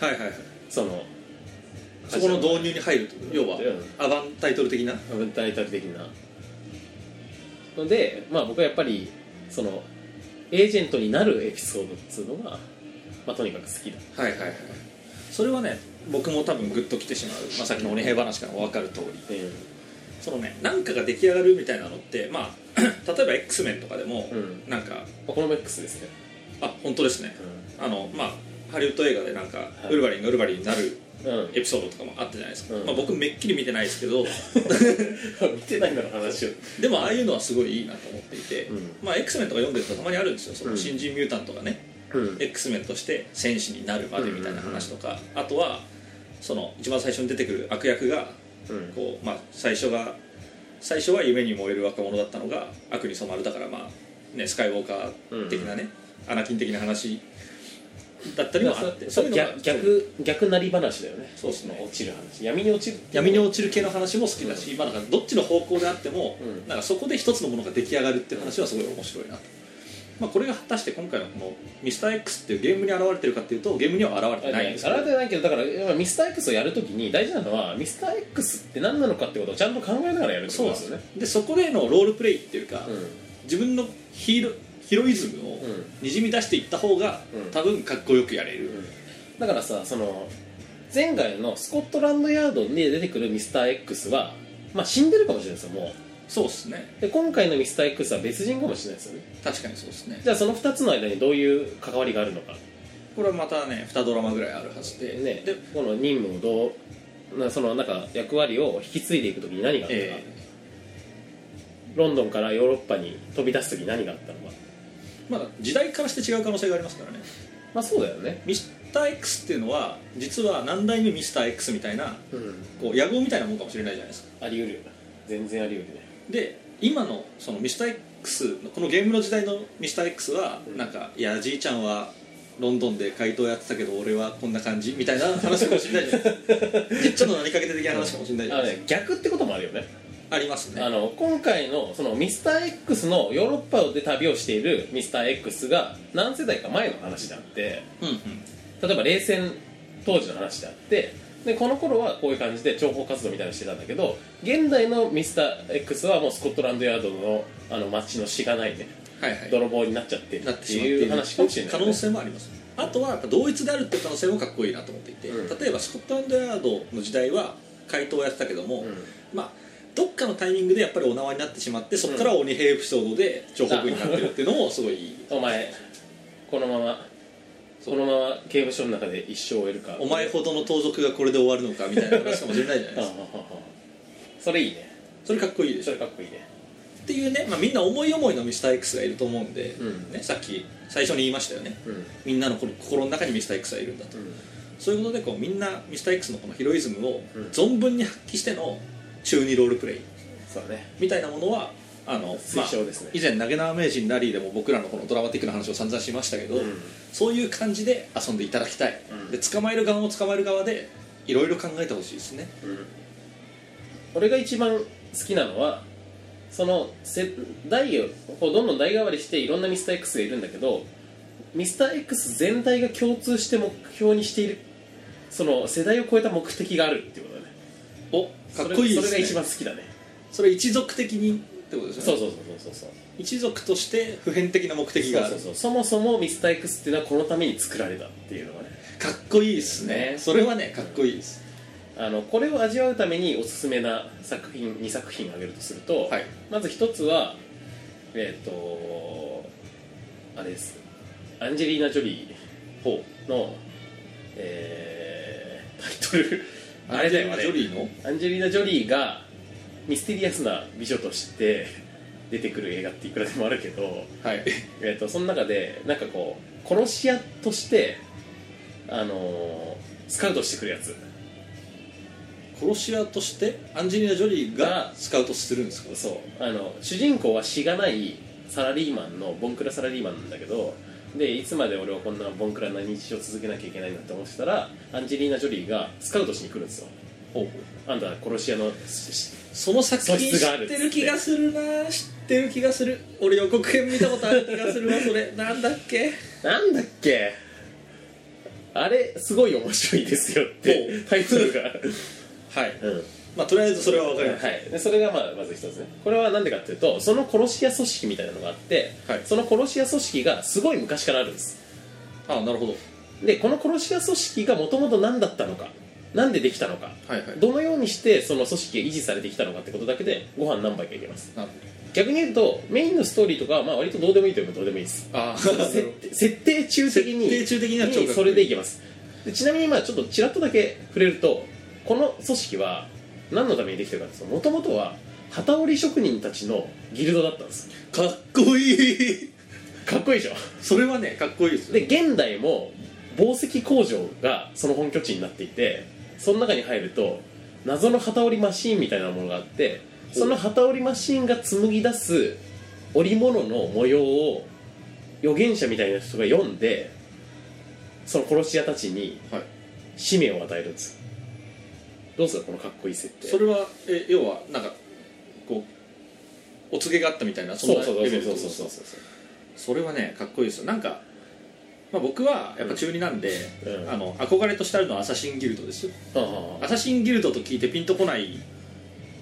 Speaker 2: はいはいはい
Speaker 1: その
Speaker 2: そこの導入に入るってこと要は
Speaker 1: うん
Speaker 2: アバンタイトル的な
Speaker 1: 文体タル的なのでまあ僕はやっぱりそのエージェントになるエピソードっつうのが、まあ、とにかく好きだ
Speaker 2: はいはいはいそれはね僕も多分グッときてしまう、まあ、さっきの鬼平話からも分かる通りそのね何かが出来上がるみたいなのってまあ 例えば X メンとかでも、
Speaker 1: うん
Speaker 2: なんか
Speaker 1: まあこのメックスですね、
Speaker 2: あ本当ですねあのまあハリウッド映画でなんか、
Speaker 1: い
Speaker 2: ウルヴァリンがウルヴァリンになる
Speaker 1: うん、
Speaker 2: エピソードとかもあったじゃないですか、
Speaker 1: うん
Speaker 2: まあ、僕めっきり見てないですけ ど
Speaker 1: 見てないんだろ話を
Speaker 2: でもああいうのはすごいいいなと思っていて、
Speaker 1: うん
Speaker 2: まあ X メンとか読んでるとたまにあるんですよその新人ミュータントがね、
Speaker 1: うん、
Speaker 2: X メンとして戦士になるまでみたいな話とか、あとはその一番最初に出てくる悪役が
Speaker 1: うん
Speaker 2: こう、まあ、最初が最初は夢に燃える若者だったのが悪に染まるだからまあ、ね、スカイウォーカー的なね、アナキン的な話だったりもあって
Speaker 1: そう
Speaker 2: いのが
Speaker 1: 逆逆逆なり話だよね
Speaker 2: そうですね
Speaker 1: 落ちる話闇に落ちるっていう
Speaker 2: 闇に落ちる系の話も好きだし、まあ、なんかどっちの方向であっても、
Speaker 1: うん
Speaker 2: なんかそこで一つのものが出来上がるっていう話はすごい面白いなと、まあ、これが果たして今回のこの「Mr.X」っていうゲームに現れてるかっていうとゲームには現れてないんですけど
Speaker 1: 洗ってないけどだからやっぱミスター X をやるときに大事なのはミスター X って何なのかってことをちゃんと考えながらやるってこ
Speaker 2: そう
Speaker 1: と
Speaker 2: なん
Speaker 1: で
Speaker 2: ですす
Speaker 1: よ
Speaker 2: よ
Speaker 1: ね
Speaker 2: ねでそこでのロールプレイっていうか、自分のヒーロヒロイズムを
Speaker 1: うん
Speaker 2: にじみ出していった方が、
Speaker 1: うん
Speaker 2: 多分かっこよくやれる、
Speaker 1: だからさその前回のスコットランドヤードに出てくるミスター X はまあ死んでるかもしれないですよもう
Speaker 2: そうですね
Speaker 1: で今回のミスター X は別人かもしれないですよね
Speaker 2: 確かにそうですね
Speaker 1: じゃあその2つの間にどういう関わりがあるのか
Speaker 2: これはまたね2ドラマぐらいあるはずで
Speaker 1: ね
Speaker 2: で、
Speaker 1: この任務をどうなそのなんか役割を引き継いでいく時に何があったのか、
Speaker 2: え
Speaker 1: ロンドンからヨーロッパに飛び出す時に何があったのか
Speaker 2: ーまあ時代からして違う可能性がありますからね
Speaker 1: まあそうだよね
Speaker 2: ミスター X っていうのは実は何代目ミスター X みたいな
Speaker 1: うん
Speaker 2: こう野望みたいなもんかもしれないじゃないですか
Speaker 1: あり得るよな全然あり得るね
Speaker 2: で今のそのミスター X のこのゲームの時代のミスター X は
Speaker 1: うん
Speaker 2: なんか「いやじいちゃんはロンドンで怪盗やってたけど俺はこんな感じ」みたいな話かもし れないじゃないですかちょっと何かけて的な話かもしれないじゃ
Speaker 1: あ
Speaker 2: な
Speaker 1: の
Speaker 2: いです
Speaker 1: ね逆ってこともあるよね
Speaker 2: かありますね
Speaker 1: あの今回のそのミスター X のヨーロッパで旅をしているミスター X が何世代か前の話であって
Speaker 2: うんうん
Speaker 1: 例えば冷戦当時の話であってでこの頃はこういう感じで諜報活動みたいなのしてたんだけど現代のミスター X はもうスコットランドヤードのあの街のしがないね
Speaker 2: はいはい
Speaker 1: 泥棒になっちゃってる
Speaker 2: な
Speaker 1: っ
Speaker 2: って
Speaker 1: て
Speaker 2: しまってい
Speaker 1: いう
Speaker 2: る
Speaker 1: 話かもしれない、ね、
Speaker 2: 可能性もありますあとはやっぱ同一であるっていう可能性もかっこいいなと思っていて、
Speaker 1: うん
Speaker 2: 例えばスコットランドヤードの時代は怪盗をやってたけども、
Speaker 1: うん
Speaker 2: まあどっかのタイミングでやっぱりお縄になってしまってそこから鬼平エピソードで情報部になってるっていうのもすごいいい
Speaker 1: お前このままこのまま刑務所の中で一生を終えるか
Speaker 2: お前ほどの盗賊がこれで終わるのかみたいな話かもしれないじゃない
Speaker 1: あ
Speaker 2: で
Speaker 1: あ
Speaker 2: すか
Speaker 1: それいいね
Speaker 2: それかっこいいでし
Speaker 1: そ
Speaker 2: ょ
Speaker 1: れかっこいいね
Speaker 2: っていうね、まあ、みんな思い思いのミスター X がいると思うんで、
Speaker 1: うん
Speaker 2: ね、さっき最初に言いましたよね
Speaker 1: うん
Speaker 2: みんなのこの心の中にミスター X がいるんだとそういうことでこうみんなミスター X のこのヒロイズムを
Speaker 1: うん
Speaker 2: 存分に発揮しての中二ロールプレイ
Speaker 1: そうだね
Speaker 2: みたいなものはあの、
Speaker 1: 推奨ですね
Speaker 2: 以前投げ縄名人ラリーでも僕らのこのドラマティックな話を散々しましたけど、
Speaker 1: うん
Speaker 2: そういう感じで遊んでいただきたい、
Speaker 1: うん
Speaker 2: で捕まえる側も捕まえる側でいろいろ考えてほしいですね
Speaker 1: 俺が一番好きなのはそのせ代をこうどんどん代替わりしていろんなミスター X がいるんだけどミスター X 全体が共通して目標にしているその世代を超えた目的があるっていうことだね
Speaker 2: おかっこいいで
Speaker 1: それそ
Speaker 2: すね
Speaker 1: れが一番好きだね
Speaker 2: それ一族的にってことですよね
Speaker 1: そうそうそうそうそう
Speaker 2: 一族として普遍的な目的がある
Speaker 1: そうそうそうそもそもミスター X っていうのはこのために作られたっていうのはね
Speaker 2: かっこいいですね
Speaker 1: ね
Speaker 2: それはねかっこいいです、
Speaker 1: あのこれを味わうためにおすすめな作品2作品挙げるとすると、
Speaker 2: はい
Speaker 1: まず一つはえっ、とあれですアンジェリーナ・ジョリーの、えータイトルあれだよあ
Speaker 2: アン
Speaker 1: れ
Speaker 2: ジェリーナジョリーの
Speaker 1: アンジェリーナ・ジョリーがミステリアスな美女として出てくる映画っていくらでもあるけど、
Speaker 2: はい
Speaker 1: えっとその中でなんかこう殺し屋としてあのースカウトしてくるやつ
Speaker 2: 殺し屋としてアンジェリーナ・ジョリーがスカウトするんですか
Speaker 1: そうあの主人公はしがないサラリーマンのボンクラサラリーマンなんだけどでいつまで俺はこんなボンクラな日常を続けなきゃいけないんだって思ってたらアンジェリーナ・ジョリーがスカウトしに来るんですよあんた殺し屋のしし
Speaker 2: その作品知
Speaker 1: 素質があ
Speaker 2: っ
Speaker 1: る
Speaker 2: てる気がするな知ってる気がする俺予告編見たことある気が するわそれなんだっけ
Speaker 1: なんだっけあれすごい面白いですよって
Speaker 2: ほう
Speaker 1: タイトル が、
Speaker 2: はい
Speaker 1: うん
Speaker 2: まあとりあえずそれは分かりました、
Speaker 1: はい、でそれがまあまず一つねこれはなんでかっていうとその殺し屋組織みたいなのがあって、
Speaker 2: はい
Speaker 1: その殺し屋組織がすごい昔からあるんです
Speaker 2: あなるほど
Speaker 1: でこの殺し屋組織がもともと何だったのかなんでできたのか
Speaker 2: はいはい
Speaker 1: どのようにしてその組織が維持されてきたのかってことだけでご飯何杯かいけます
Speaker 2: なる
Speaker 1: 逆に言うとメインのストーリーとかはまあ割とどうでもいいといえばどうでもいいです
Speaker 2: ほど ああ
Speaker 1: 設定設定中的に
Speaker 2: 設定中的には超かっこいい
Speaker 1: それでいけますでちなみにまあちょっとちらっとだけ触れるとこの組織は何のためにできてるかっていうともともとは機織り職人たちのギルドだったんです
Speaker 2: かっこいい
Speaker 1: かっこいいでしょ
Speaker 2: それはねかっこいいですね
Speaker 1: で現代も紡績工場がその本拠地になっていてその中に入ると謎の機織りマシーンみたいなものがあってその機織りマシーンが紡ぎ出す織物の模様を預言者みたいな人が読んでその殺し屋たちに
Speaker 2: はい
Speaker 1: 使命を与えるんですどうするこのかっこいい設定
Speaker 2: それはえ要はなんかこうお告げがあったみたいな
Speaker 1: そ
Speaker 2: ん
Speaker 1: う
Speaker 2: な
Speaker 1: そうそう
Speaker 2: レ
Speaker 1: そ
Speaker 2: ベ
Speaker 1: う
Speaker 2: ル
Speaker 1: そう
Speaker 2: です
Speaker 1: そう
Speaker 2: か
Speaker 1: そう
Speaker 2: それはねかっこいいですよなんか、まあ、僕はやっぱ中二なんで、
Speaker 1: うん
Speaker 2: あの憧れとしてあるのはアサシンギルドですよ
Speaker 1: あ
Speaker 2: ア
Speaker 1: あ
Speaker 2: サシンギルドと聞いてピンとこない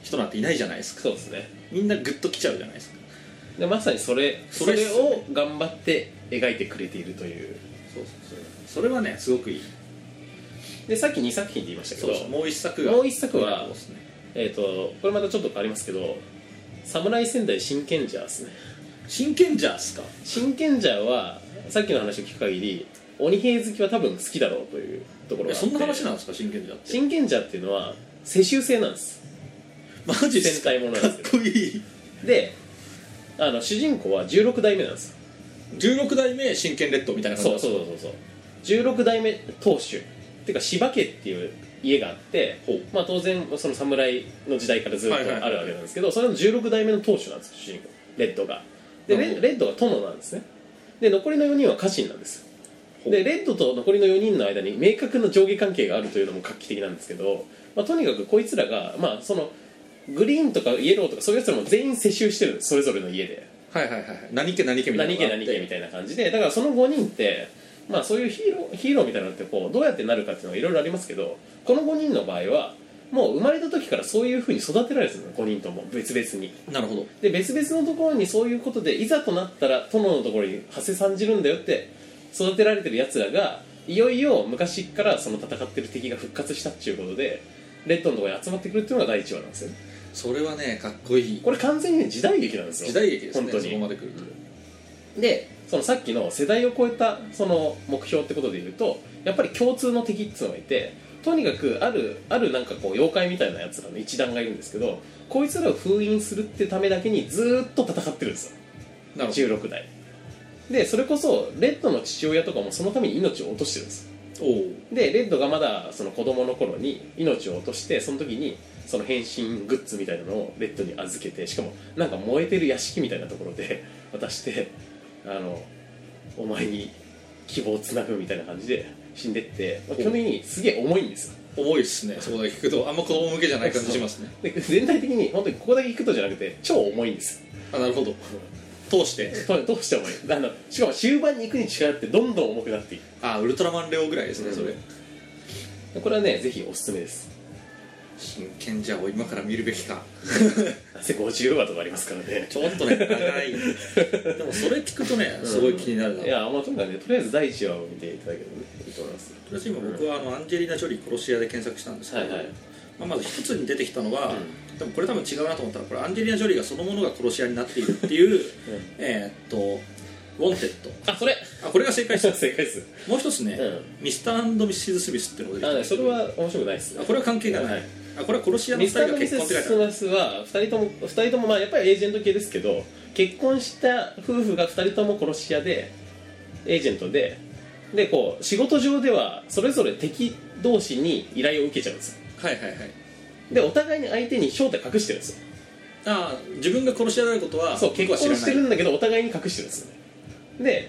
Speaker 2: 人なんていないじゃないですか
Speaker 1: そうですね
Speaker 2: みんなグッときちゃうじゃないですか
Speaker 1: でまさにそれそ
Speaker 2: それっ
Speaker 1: れ
Speaker 2: すね
Speaker 1: を頑張って描いてくれているという
Speaker 2: そうそうそれはねすごくいい
Speaker 1: でさっき2作品で言いましたけ
Speaker 2: そう
Speaker 1: ど
Speaker 2: そうもう一作が
Speaker 1: もう一作は
Speaker 2: そうですね
Speaker 1: えー、とこれまたちょっと変わりますけど侍仙台真剣ジャーですね
Speaker 2: 真剣じゃっすか
Speaker 1: 真剣ジャーはさっきの話を聞く限り鬼平好きは多分好きだろうというところ
Speaker 2: い
Speaker 1: が
Speaker 2: や
Speaker 1: あって
Speaker 2: そんな話なんですか真剣じゃって
Speaker 1: 真剣ジャーっていうのは世襲制なんです
Speaker 2: マジっすか
Speaker 1: 戦隊ものなん
Speaker 2: か
Speaker 1: で
Speaker 2: っ
Speaker 1: すけど
Speaker 2: こいい
Speaker 1: であの主人公は16代目なんですよ
Speaker 2: 16代目真剣列島みたいな感じ
Speaker 1: そうそうそうそう16代目当主っていうか柴家っていう家があって
Speaker 2: ほう
Speaker 1: まあ当然その侍の時代からずっとあ
Speaker 2: はいはいはい
Speaker 1: るわけなんですけどそれの16代目の当主なんですよ主人公レッドがで
Speaker 2: なるほ
Speaker 1: レ
Speaker 2: ど
Speaker 1: レッドが殿なんですねで残りの4人は家臣なんです
Speaker 2: ほう
Speaker 1: でレッドと残りの4人の間に明確な上下関係があるというのも画期的なんですけど、まあ、とにかくこいつらが、まあ、そのグリーンとかイエローとかそういうやつらも全員世襲してるんですそれぞれの家で
Speaker 2: はいはいはいはい何家何家みたいな
Speaker 1: 何家何家みたいな感じでだからその5人ってまあそういうヒーローヒーローみたいなのってこうどうやってなるかっていうのはいろいろありますけどこの5人の場合はもう生まれた時からそういうふうに育てられてるの5人とも別々に
Speaker 2: なるほど
Speaker 1: で別々のところにそういうことでいざとなったら殿のところに馳せ参じるんだよって育てられてるやつらがいよいよ昔からその戦ってる敵が復活したっていうことでレッドのところに集まってくるっていうのが第1話なんですよね
Speaker 2: それはねかっこいい
Speaker 1: これ完全に時代劇なんですよ
Speaker 2: 時代劇です
Speaker 1: 本
Speaker 2: ね
Speaker 1: 当に
Speaker 2: そこまで来ると
Speaker 1: でそのさっきの世代を超えたその目標ってことでいうとやっぱり共通の敵っつうのがいてとにかくあるあるなんかこう妖怪みたいなやつらの一団がいるんですけどこいつらを封印するってためだけにずーっと戦ってるんですよ
Speaker 2: なる
Speaker 1: 16代でそれこそレッドの父親とかもそのために命を落としてるんです
Speaker 2: ほどおう
Speaker 1: でレッドがまだその子供の頃に命を落としてその時にその変身グッズみたいなのをレッドに預けてしかもなんか燃えてる屋敷みたいなところで渡してあのお前に希望をつなぐみたいな感じで死んでって、まあ、基本的にすげえ重いんですよ
Speaker 2: 重いっすねそこだけ聞くとあんま子供向けじゃない感じしますね
Speaker 1: で全体的に本当にここだけ聞くとじゃなくて超重いんですよ
Speaker 2: あなるほど通して
Speaker 1: とどうして重いあのしかも終盤に行くに違ってどんどん重くなっていく
Speaker 2: あウルトラマンレオぐらいですね、
Speaker 1: うん
Speaker 2: それ
Speaker 1: これはねぜひおすすめです
Speaker 2: 真剣じゃを今から見るべきか
Speaker 1: なんせ50話とかありますからね
Speaker 2: ちょっとね長いでもそれ聞くとねすごい気になるな、
Speaker 1: いやまあとにかくねとりあえず第一話を見ていただければねいいと思います
Speaker 2: 私今僕はあのアンジェリーナ・ジョリー殺し屋で検索したんですけど、
Speaker 1: はいはい
Speaker 2: まあ、まず一つに出てきたのは、
Speaker 1: うん
Speaker 2: でもこれ多分違うなと思ったらこれアンジェリーナ・ジョリーがそのものが殺し屋になっているって いう、えーっと「ウォンテッド
Speaker 1: あそれ」
Speaker 2: あこれが正解です
Speaker 1: 正解です
Speaker 2: もう一つね、ミスターミスシズ・スミスっていうのが出て
Speaker 1: あ
Speaker 2: き
Speaker 1: ねそれ
Speaker 2: た
Speaker 1: は面白くないです
Speaker 2: あこれは関係がない、
Speaker 1: はい
Speaker 2: あこれは殺し屋の2
Speaker 1: ミス
Speaker 2: 人
Speaker 1: ター
Speaker 2: が
Speaker 1: とミ
Speaker 2: 結
Speaker 1: セ
Speaker 2: 婚って書い
Speaker 1: ス・
Speaker 2: て
Speaker 1: ス
Speaker 2: ある
Speaker 1: マスは2人とも二人ともまあやっぱりエージェント系ですけど結婚した夫婦が2人とも殺し屋でエージェントででこう仕事上ではそれぞれ敵同士に依頼を受けちゃうんですよ
Speaker 2: はいはいはい
Speaker 1: でお互いに相手に正体隠してるんですよ
Speaker 2: ああ自分が殺し屋であることは
Speaker 1: そう
Speaker 2: 僕
Speaker 1: 結
Speaker 2: は
Speaker 1: 婚
Speaker 2: 知ら
Speaker 1: し
Speaker 2: な
Speaker 1: て
Speaker 2: い
Speaker 1: るんだけどお互いに隠してるんですよねで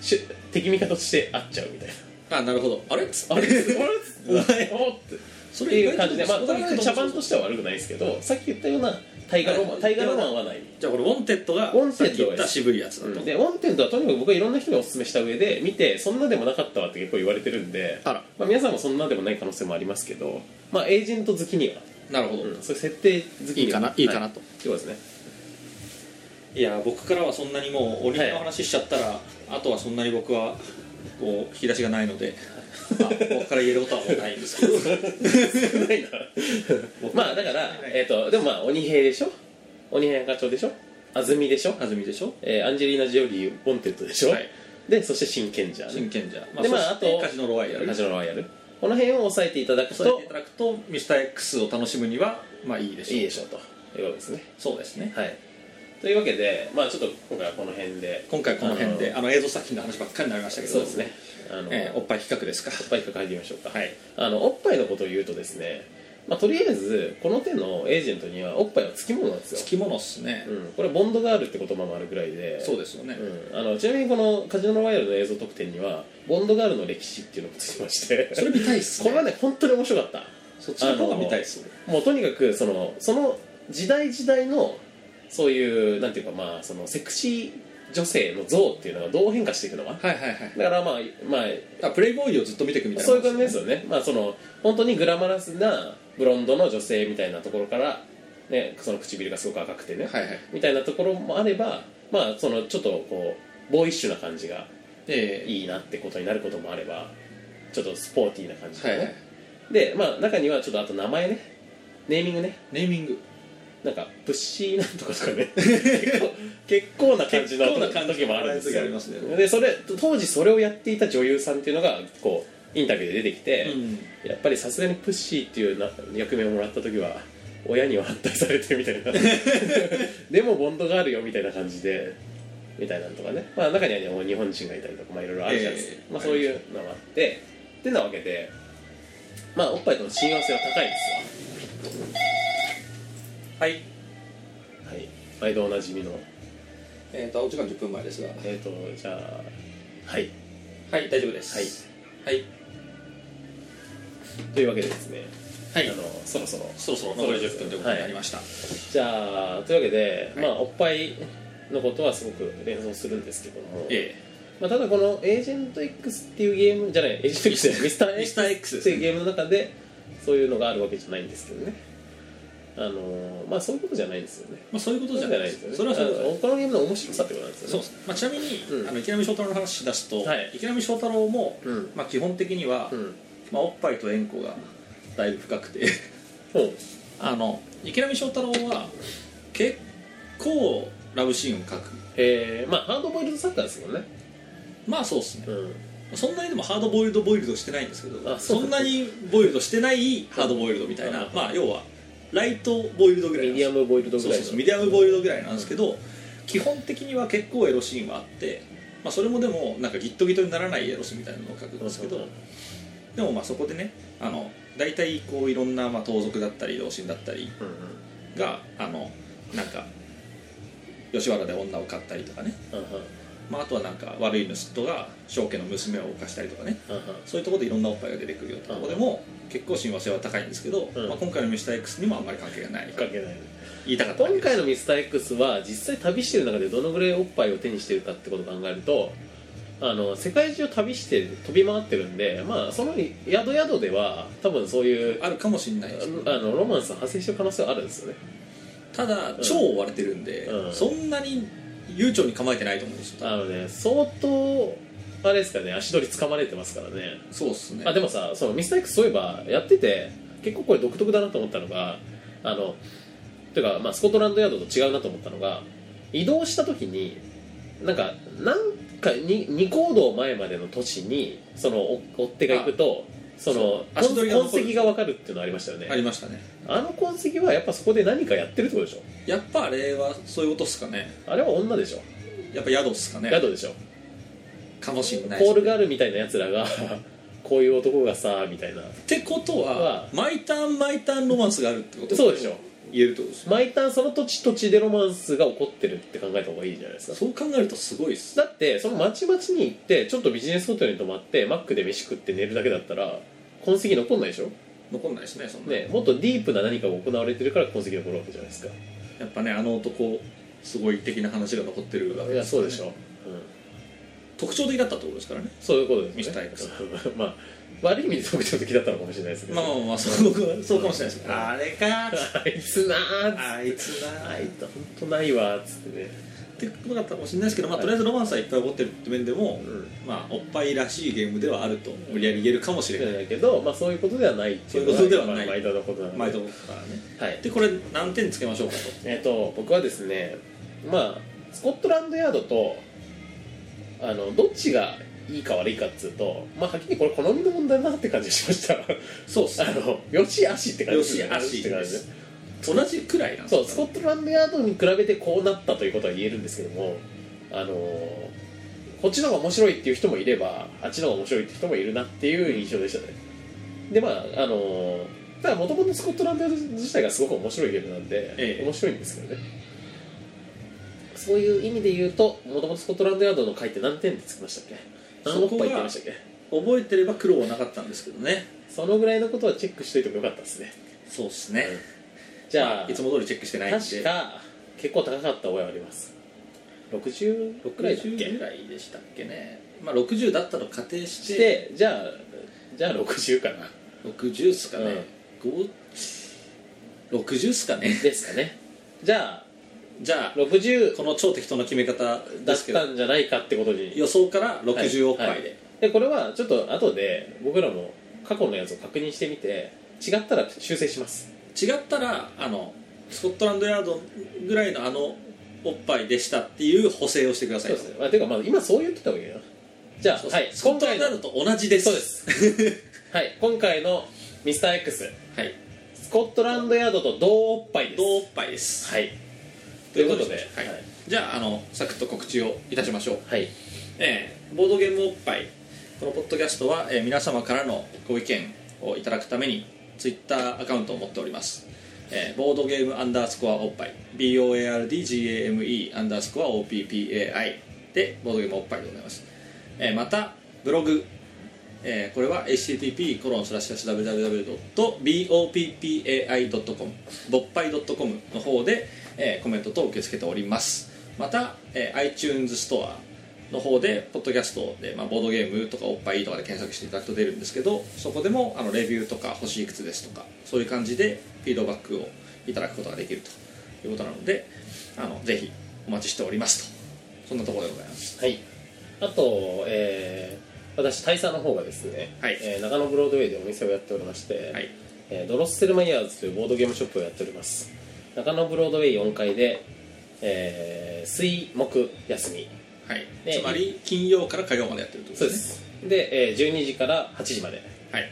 Speaker 1: し敵味方として会っちゃうみたいな
Speaker 2: ああなるほどあれっつって
Speaker 1: あれ
Speaker 2: お前
Speaker 1: おって
Speaker 2: そ
Speaker 1: って
Speaker 2: れ意
Speaker 1: いう
Speaker 2: 外
Speaker 1: 感じで、まあ、
Speaker 2: そ
Speaker 1: と
Speaker 2: こ
Speaker 1: に
Speaker 2: だ
Speaker 1: か
Speaker 2: け
Speaker 1: く
Speaker 2: ど
Speaker 1: 茶番としては悪くないですけどさっき言ったような大河ロマ
Speaker 2: は
Speaker 1: ン
Speaker 2: い
Speaker 1: 大河ロマンはない
Speaker 2: じゃあこれ「ウォンテッド」が
Speaker 1: ウォンテッド
Speaker 2: さっき言った渋いやつだと、
Speaker 1: でオンテントはとにかく僕はいろんな人にお勧めした上で見てそんなでもなかったわって結構言われてるんで
Speaker 2: あら
Speaker 1: まあ、皆さんもそんなでもない可能性もありますけど、まあ、エージェント好きには、
Speaker 2: なるほど、
Speaker 1: うんそういう設定好きにはい
Speaker 2: いかないいかなと
Speaker 1: はそうで すね
Speaker 2: いや僕からはそんなにもう鬼の話しちゃったら、あとはそんなに僕はこう引き出しがないので、まあ 僕から言えることはもうないんです けど
Speaker 1: ないなまあだから、えっとでもまあ鬼平でしょ鬼平課長でしょ安住でしょ、
Speaker 2: 安住でしょ
Speaker 1: えーアンジェリーナ・ジョリー・ボンテッドでしょ、
Speaker 2: はい
Speaker 1: でそして真剣じゃん
Speaker 2: 真剣じゃ、まあ、
Speaker 1: でまああ
Speaker 2: そして
Speaker 1: と
Speaker 2: カジノロワイヤル
Speaker 1: カジノロイヤルこの辺を押さえていただく
Speaker 2: そうやっ
Speaker 1: と
Speaker 2: ていただくとミスター X を楽しむにはまあいいでしょう
Speaker 1: いいでしょうということですね
Speaker 2: そうですね
Speaker 1: はいというわけでまあちょっと今回はこの辺で
Speaker 2: 今回この辺であの映像作品の話ばっかりになりましたけど
Speaker 1: そうですねあの、
Speaker 2: えーおっぱい比較ですか
Speaker 1: おっぱいと書いてみましょうか
Speaker 2: はい
Speaker 1: あのおっぱいのことを言うとですね、まあ、とりあえずこの手のエージェントにはおっぱいはつきものなんですよ
Speaker 2: つ、きものっすね、
Speaker 1: うん、これボンドガールって言葉もあるぐらいで
Speaker 2: そう
Speaker 1: で
Speaker 2: ですよね、
Speaker 1: うん、あのちなみにこのカジノワイヤルの映像特典にはボンドガールの歴史っていうのもつきまして
Speaker 2: それ見たいっす
Speaker 1: こ
Speaker 2: ね
Speaker 1: れはね本当に面白かった
Speaker 2: そっちの方が見たいっすね
Speaker 1: もうとにかくそのその時代時代のそういうなんていうかまあそのセクシー女性の像っていうのがどう変化していくのか
Speaker 2: はいはいはい
Speaker 1: だからまあまあ
Speaker 2: あプレイボーイをずっと見ていくみたいな
Speaker 1: そういう感じですよねまあその本当にグラマラスなブロンドの女性みたいなところからねその唇がすごく赤くてね、
Speaker 2: はいはい
Speaker 1: みたいなところもあればまあそのちょっとこうボーイッシュな感じが
Speaker 2: ええ
Speaker 1: いいなってことになることもあればちょっとスポーティーな感じで
Speaker 2: は
Speaker 1: ね、
Speaker 2: いはい
Speaker 1: でまあ中にはちょっとあと名前ねネーミングね
Speaker 2: ネーミング
Speaker 1: なんかプッシーなんとかとか ね結構結構な感じの
Speaker 2: 結構な感じの
Speaker 1: 時もあるんですよ
Speaker 2: ありますね
Speaker 1: でそれ当時それをやっていた女優さんっていうのがこうインタビューで出てきて、やっぱりさすがにプッシーっていうな役名をもらった時は親には反対されてみたい なでもボンドがあるよみたいな感じでみたいなのとかね、まあ、中には、ね、日本人がいたりとか、まあ、いろいろあるじゃないですか、
Speaker 2: ええ
Speaker 1: まあ、そういうのもあってってなわけで、まあ、おっぱいとの親和性は高いんです
Speaker 2: はい
Speaker 1: よはい毎度おなじみの
Speaker 2: えっ、とお時間10分前ですがは
Speaker 1: えっ、ー、とじゃあはい
Speaker 2: い大丈夫ですはいはい、
Speaker 1: というわけでですね、
Speaker 2: はい
Speaker 1: あのそろそろ
Speaker 2: そろそろ残り10分ということになりました、
Speaker 1: じゃあというわけで、
Speaker 2: はい
Speaker 1: まあ、おっぱいのことはすごく連想するんですけども、
Speaker 2: え
Speaker 1: まあ、ただこのエージェント X っていうゲームじゃないエージェント X じゃないミスター
Speaker 2: えミスタ
Speaker 1: X っ
Speaker 2: ー X で
Speaker 1: て
Speaker 2: す
Speaker 1: いう
Speaker 2: ね
Speaker 1: ゲームの中でそういうのがあるわけじゃないんですけどねあのーまあそういうことじゃないんですよね
Speaker 2: まあ、そういうこと
Speaker 1: そう
Speaker 2: じ
Speaker 1: じ
Speaker 2: ゃ
Speaker 1: ゃ
Speaker 2: な
Speaker 1: ないい
Speaker 2: で
Speaker 1: ですすよね
Speaker 2: それはそういうこと
Speaker 1: あの他のゲームの面白さってことなんです
Speaker 2: そ
Speaker 1: よ
Speaker 2: う
Speaker 1: ね
Speaker 2: です、まあ、ちなみに、
Speaker 1: うん
Speaker 2: あの池波正太郎の話出すと、
Speaker 1: はい
Speaker 2: 池波正太郎も、
Speaker 1: うん
Speaker 2: まあ、基本的には、
Speaker 1: うん
Speaker 2: まあ、おっぱいと円弧がだいぶ深くて
Speaker 1: ほう
Speaker 2: あの池波正太郎は結構ラブシーンを描く
Speaker 1: えー、まあハードボイルドサッカーですもんね
Speaker 2: まあそうですね
Speaker 1: うん
Speaker 2: そんなにでもハードボイルドボイルドしてないんですけど
Speaker 1: あそう
Speaker 2: そんなにボイルドしてないハードボイルドみたいな、まあ要はライトボイルドぐらいな
Speaker 1: ミ
Speaker 2: ん
Speaker 1: ディ
Speaker 2: ですよ
Speaker 1: アムボイルドぐ
Speaker 2: そう
Speaker 1: らいの
Speaker 2: そうそうミディアムボイルドぐらいなんですけど、基本的には結構エロシーンはあって、まあ、それもでもなんかギットギットにならないエロスみたいなのを書くんですけど、
Speaker 1: うん
Speaker 2: でもまあそこでねあの大体こういろんなまあ盗賊だったり同心だったり
Speaker 1: うんうん
Speaker 2: があのなんか吉原で女を買ったりとかね、
Speaker 1: うんうん
Speaker 2: まあ、あとはなんか悪い盗人が証家の娘を犯したりとかね
Speaker 1: うんうん
Speaker 2: そういうところでいろんなおっぱいが出てくるよってところでも結構親和性は高いんですけど、
Speaker 1: うん
Speaker 2: まあ、今回のミスター X にもあんまり関係がない
Speaker 1: かけない
Speaker 2: 言いたかっただけ
Speaker 1: 今
Speaker 2: です
Speaker 1: 回のミスター X は実際旅してる中でどのぐらいおっぱいを手にしてるかってことを考えるとあの世界中旅して飛び回ってるんでまあその宿宿では多分そういうあ
Speaker 2: あるかもしれないですけど
Speaker 1: のあのロマンスが発生してる可能性はあるんですよね
Speaker 2: ただ超追われてるんで、
Speaker 1: うん
Speaker 2: そんなに悠長に構えてないと思うんですよ
Speaker 1: あのね相当あれですかね足取り掴まれてますからね
Speaker 2: そうっすね
Speaker 1: あでもさそのミスター X そういえばやってて結構これ独特だなと思ったのがあのていうか、まあ、スコットランドヤードと違うなと思ったのが移動した時になんかなんかに2行動前までの都市にそのお追っ手が行くとその
Speaker 2: そう足取りが
Speaker 1: 痕
Speaker 2: 残る
Speaker 1: 痕跡が分かるっていうのありましたよね、
Speaker 2: ありましたね
Speaker 1: あの痕跡はやっぱそこで何かやってるってことでしょ
Speaker 2: やっぱあれはそういうことっすかね
Speaker 1: あれは女でしょ
Speaker 2: やっぱ宿っすかね
Speaker 1: 宿でしょ
Speaker 2: かもしれないです
Speaker 1: コールガールみたいなやつらが こういう男がさみたいな
Speaker 2: ってことは
Speaker 1: は
Speaker 2: 毎ターン毎ターンロマンスがあるってこと
Speaker 1: そうでしょ
Speaker 2: 言えるってことですね
Speaker 1: 毎ターンその土地土地でロマンスが起こってるって考えた方がいいじゃないですか
Speaker 2: そう考えるとすごいっす
Speaker 1: だってその町々に行ってちょっとビジネスホテルに泊まってマックで飯食って寝るだけだったら痕跡残んないでしょ、
Speaker 2: 残んないですねそんな
Speaker 1: ね、もっとディープな何かが行われてるから痕跡残るわけじゃないですか
Speaker 2: やっぱねあの男すごい的な話が残ってるわけ
Speaker 1: いや
Speaker 2: ですか
Speaker 1: そう
Speaker 2: らね
Speaker 1: でしょ、うん、
Speaker 2: 特徴的だったってことですからね
Speaker 1: そういうことですね
Speaker 2: ミスター X
Speaker 1: まあ悪い意味で特徴的だったのかもしれないですけど、
Speaker 2: まあまあまあそうそうかもしれないですけど
Speaker 1: うん
Speaker 2: あれか
Speaker 1: あ、いつなーっつ
Speaker 2: あいつな
Speaker 1: あいつ本当ないわーっつってね、
Speaker 2: ってことだったかもしれないですけど、まあ、とりあえずロマンスはいっぱい起こってるって面でも、まあ、おっぱいらしいゲームではあると無理やり言えるかもしれない、
Speaker 1: だけど、まあ、そういうことではないっていう
Speaker 2: そういうことではない
Speaker 1: 毎度のことなので
Speaker 2: 毎度からね
Speaker 1: はい
Speaker 2: でこれ何点つけましょうかと
Speaker 1: えっと僕はですねまあスコットランドヤードとあのどっちがいいか悪いかっつうとまあはっきりこれ好みの問題だなって感じがしました
Speaker 2: そうっす
Speaker 1: あのよし悪しって感じですね
Speaker 2: よし悪し
Speaker 1: って感じね
Speaker 2: 同じくらいなんです
Speaker 1: そ
Speaker 2: か
Speaker 1: うスコットランドヤードに比べてこうなったということは言えるんですけどもあのこっちの方が面白いっていう人もいればあっちの方が面白いって人もいるなっていう印象でしたねでまああのただもともとスコットランドヤード自体がすごく面白いゲームなんで、
Speaker 2: ええ
Speaker 1: 面白いんですけどねそういう意味で言うともともとスコットランドヤードの回って何点でつきましたっけ何おっぱいって言いましたっけ
Speaker 2: 覚えてれば苦労はなかったんですけどね
Speaker 1: そのぐらいのことはチェックしといてもよかったですね
Speaker 2: そうっすね
Speaker 1: じゃあ、
Speaker 2: まいつも通りチェックしてないんで
Speaker 1: 確か結構高かった覚えはあります60くらいだっ
Speaker 2: 60ぐ
Speaker 1: け
Speaker 2: らいでしたっけねまあ60だったと仮定して
Speaker 1: してじゃあじゃあ60かな
Speaker 2: 60っすかね、五60っすかね
Speaker 1: ですかねじゃあ
Speaker 2: じゃあ
Speaker 1: 60
Speaker 2: この超適当な決め方
Speaker 1: だ
Speaker 2: で
Speaker 1: っ
Speaker 2: すけど
Speaker 1: たんじゃないかってことに
Speaker 2: 予想から60おっ
Speaker 1: は
Speaker 2: ぱい
Speaker 1: い
Speaker 2: で、
Speaker 1: でこれはちょっと後で僕らも過去のやつを確認してみて違ったら修正します
Speaker 2: 違ったらあのスコットランドヤードぐらいのあのおっぱいでしたっていう補正をしてくださ
Speaker 1: そう
Speaker 2: い
Speaker 1: ですね、まあ、ていうかまあ今そう言ってた方がいいなじゃあ
Speaker 2: そう
Speaker 1: はい
Speaker 2: スコ
Speaker 1: 今
Speaker 2: ットラ
Speaker 1: 回
Speaker 2: ンド
Speaker 1: の
Speaker 2: ヤードと同じです
Speaker 1: そうですはい今回のミスター X
Speaker 2: はい
Speaker 1: スコットランドヤードと同おっぱいです
Speaker 2: 同おっぱいです
Speaker 1: はいということで
Speaker 2: はいじゃああのサクッと告知をいたしましょう
Speaker 1: はい
Speaker 2: えーボードゲームおっぱいこのポッドキャストは、えー皆様からのご意見をいただくためにツイッターアカウントを持っております、えーボードゲームアンダースコアおっぱい BOARDGAME アンダースコア OPPAI でボードゲームおっぱいでございます、えーまたブログ、えーこれは http コロンスラッシュ www.boppai.com ぼっぱい .com の方で、えーコメント等を受け付けておりますまた、えー iTunes ストアの方でポッドキャストで、まあ、ボードゲームとかおっぱいとかで検索していただくと出るんですけどそこでもあのレビューとか星いくつですとかそういう感じでフィードバックをいただくことができるということなのであのぜひお待ちしておりますとそんなところでございます
Speaker 1: はいあと、えー私大佐の方がですね、
Speaker 2: はい
Speaker 1: えー中野ブロードウェイでお店をやっておりまして、
Speaker 2: はい
Speaker 1: えードロッセルマイヤーズというボードゲームショップをやっております中野ブロードウェイ4階で、えー水木休み
Speaker 2: はい
Speaker 1: で
Speaker 2: つまり金曜から火曜までやってるってこと
Speaker 1: そう
Speaker 2: で
Speaker 1: です
Speaker 2: ね
Speaker 1: すで、えー12時から8時まで
Speaker 2: はい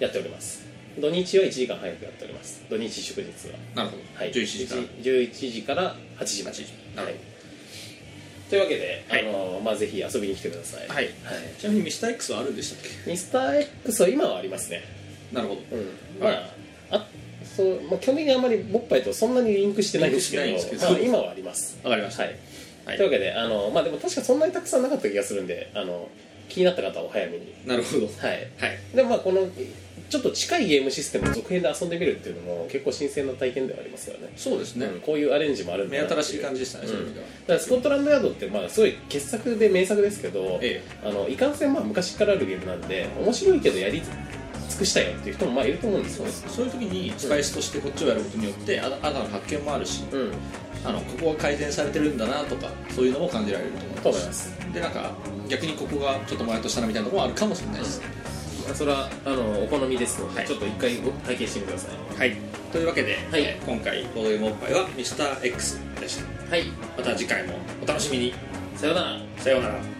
Speaker 1: やっております土日は1時間早くやっております土日祝日は
Speaker 2: なるほど、
Speaker 1: はい
Speaker 2: 11時から
Speaker 1: 11時から8時まで
Speaker 2: 8時なる
Speaker 1: は
Speaker 2: ほど
Speaker 1: いというわけで、
Speaker 2: はい
Speaker 1: あのーまあ、ぜひ遊びに来てください、
Speaker 2: はい
Speaker 1: はい
Speaker 2: ちなみにミスター X はあるんでしたっ
Speaker 1: ミスター X は今はありますね
Speaker 2: けなるほど
Speaker 1: うんま
Speaker 2: はい
Speaker 1: ああそう、まあ、基本的にあんまりボッパイとそんなにリンクしてないんですけど
Speaker 2: リンクしてないんですけど
Speaker 1: まあ、今はあります
Speaker 2: わかりました
Speaker 1: はい、
Speaker 2: はい
Speaker 1: というわけであの、まあ、でも確かそんなにたくさんなかった気がするんであの気になった方はお早めに
Speaker 2: なるほど
Speaker 1: はい
Speaker 2: はい
Speaker 1: でもまあこのちょっと近いゲームシステムを続編で遊んでみるっていうのも結構新鮮な体験ではありますよね
Speaker 2: そうですね、
Speaker 1: うんこういうアレンジもあるんだ
Speaker 2: 目
Speaker 1: なって
Speaker 2: 新しい感じでした
Speaker 1: う
Speaker 2: ね、
Speaker 1: ん
Speaker 2: そういう意味では
Speaker 1: だからスコットランドヤードってまあすごい傑作で名作ですけど、
Speaker 2: え
Speaker 1: あのいかんせんまあ昔からあるゲームなんで面白いけどやり尽くしたよっていう人もまあいると思うんですよね
Speaker 2: そういう時にスパイスとしてこっちをやることによってああなたの発見もあるし
Speaker 1: うん
Speaker 2: あのここが改善されてるんだなとかそういうのも感じられると
Speaker 1: と思
Speaker 2: 思い
Speaker 1: い
Speaker 2: ま
Speaker 1: ますす
Speaker 2: でなんか逆にここがちょっともやっとしたなみたいなところもあるかもしれないです、
Speaker 1: それはあのお好みですので、
Speaker 2: はい
Speaker 1: ちょっと一回ご体験してみてください
Speaker 2: はいというわけで、
Speaker 1: はい
Speaker 2: えー今回「ボードゲームおっぱい」は Mr.X でした
Speaker 1: はい
Speaker 2: また次回もお楽しみに
Speaker 1: さようなら
Speaker 2: さようなら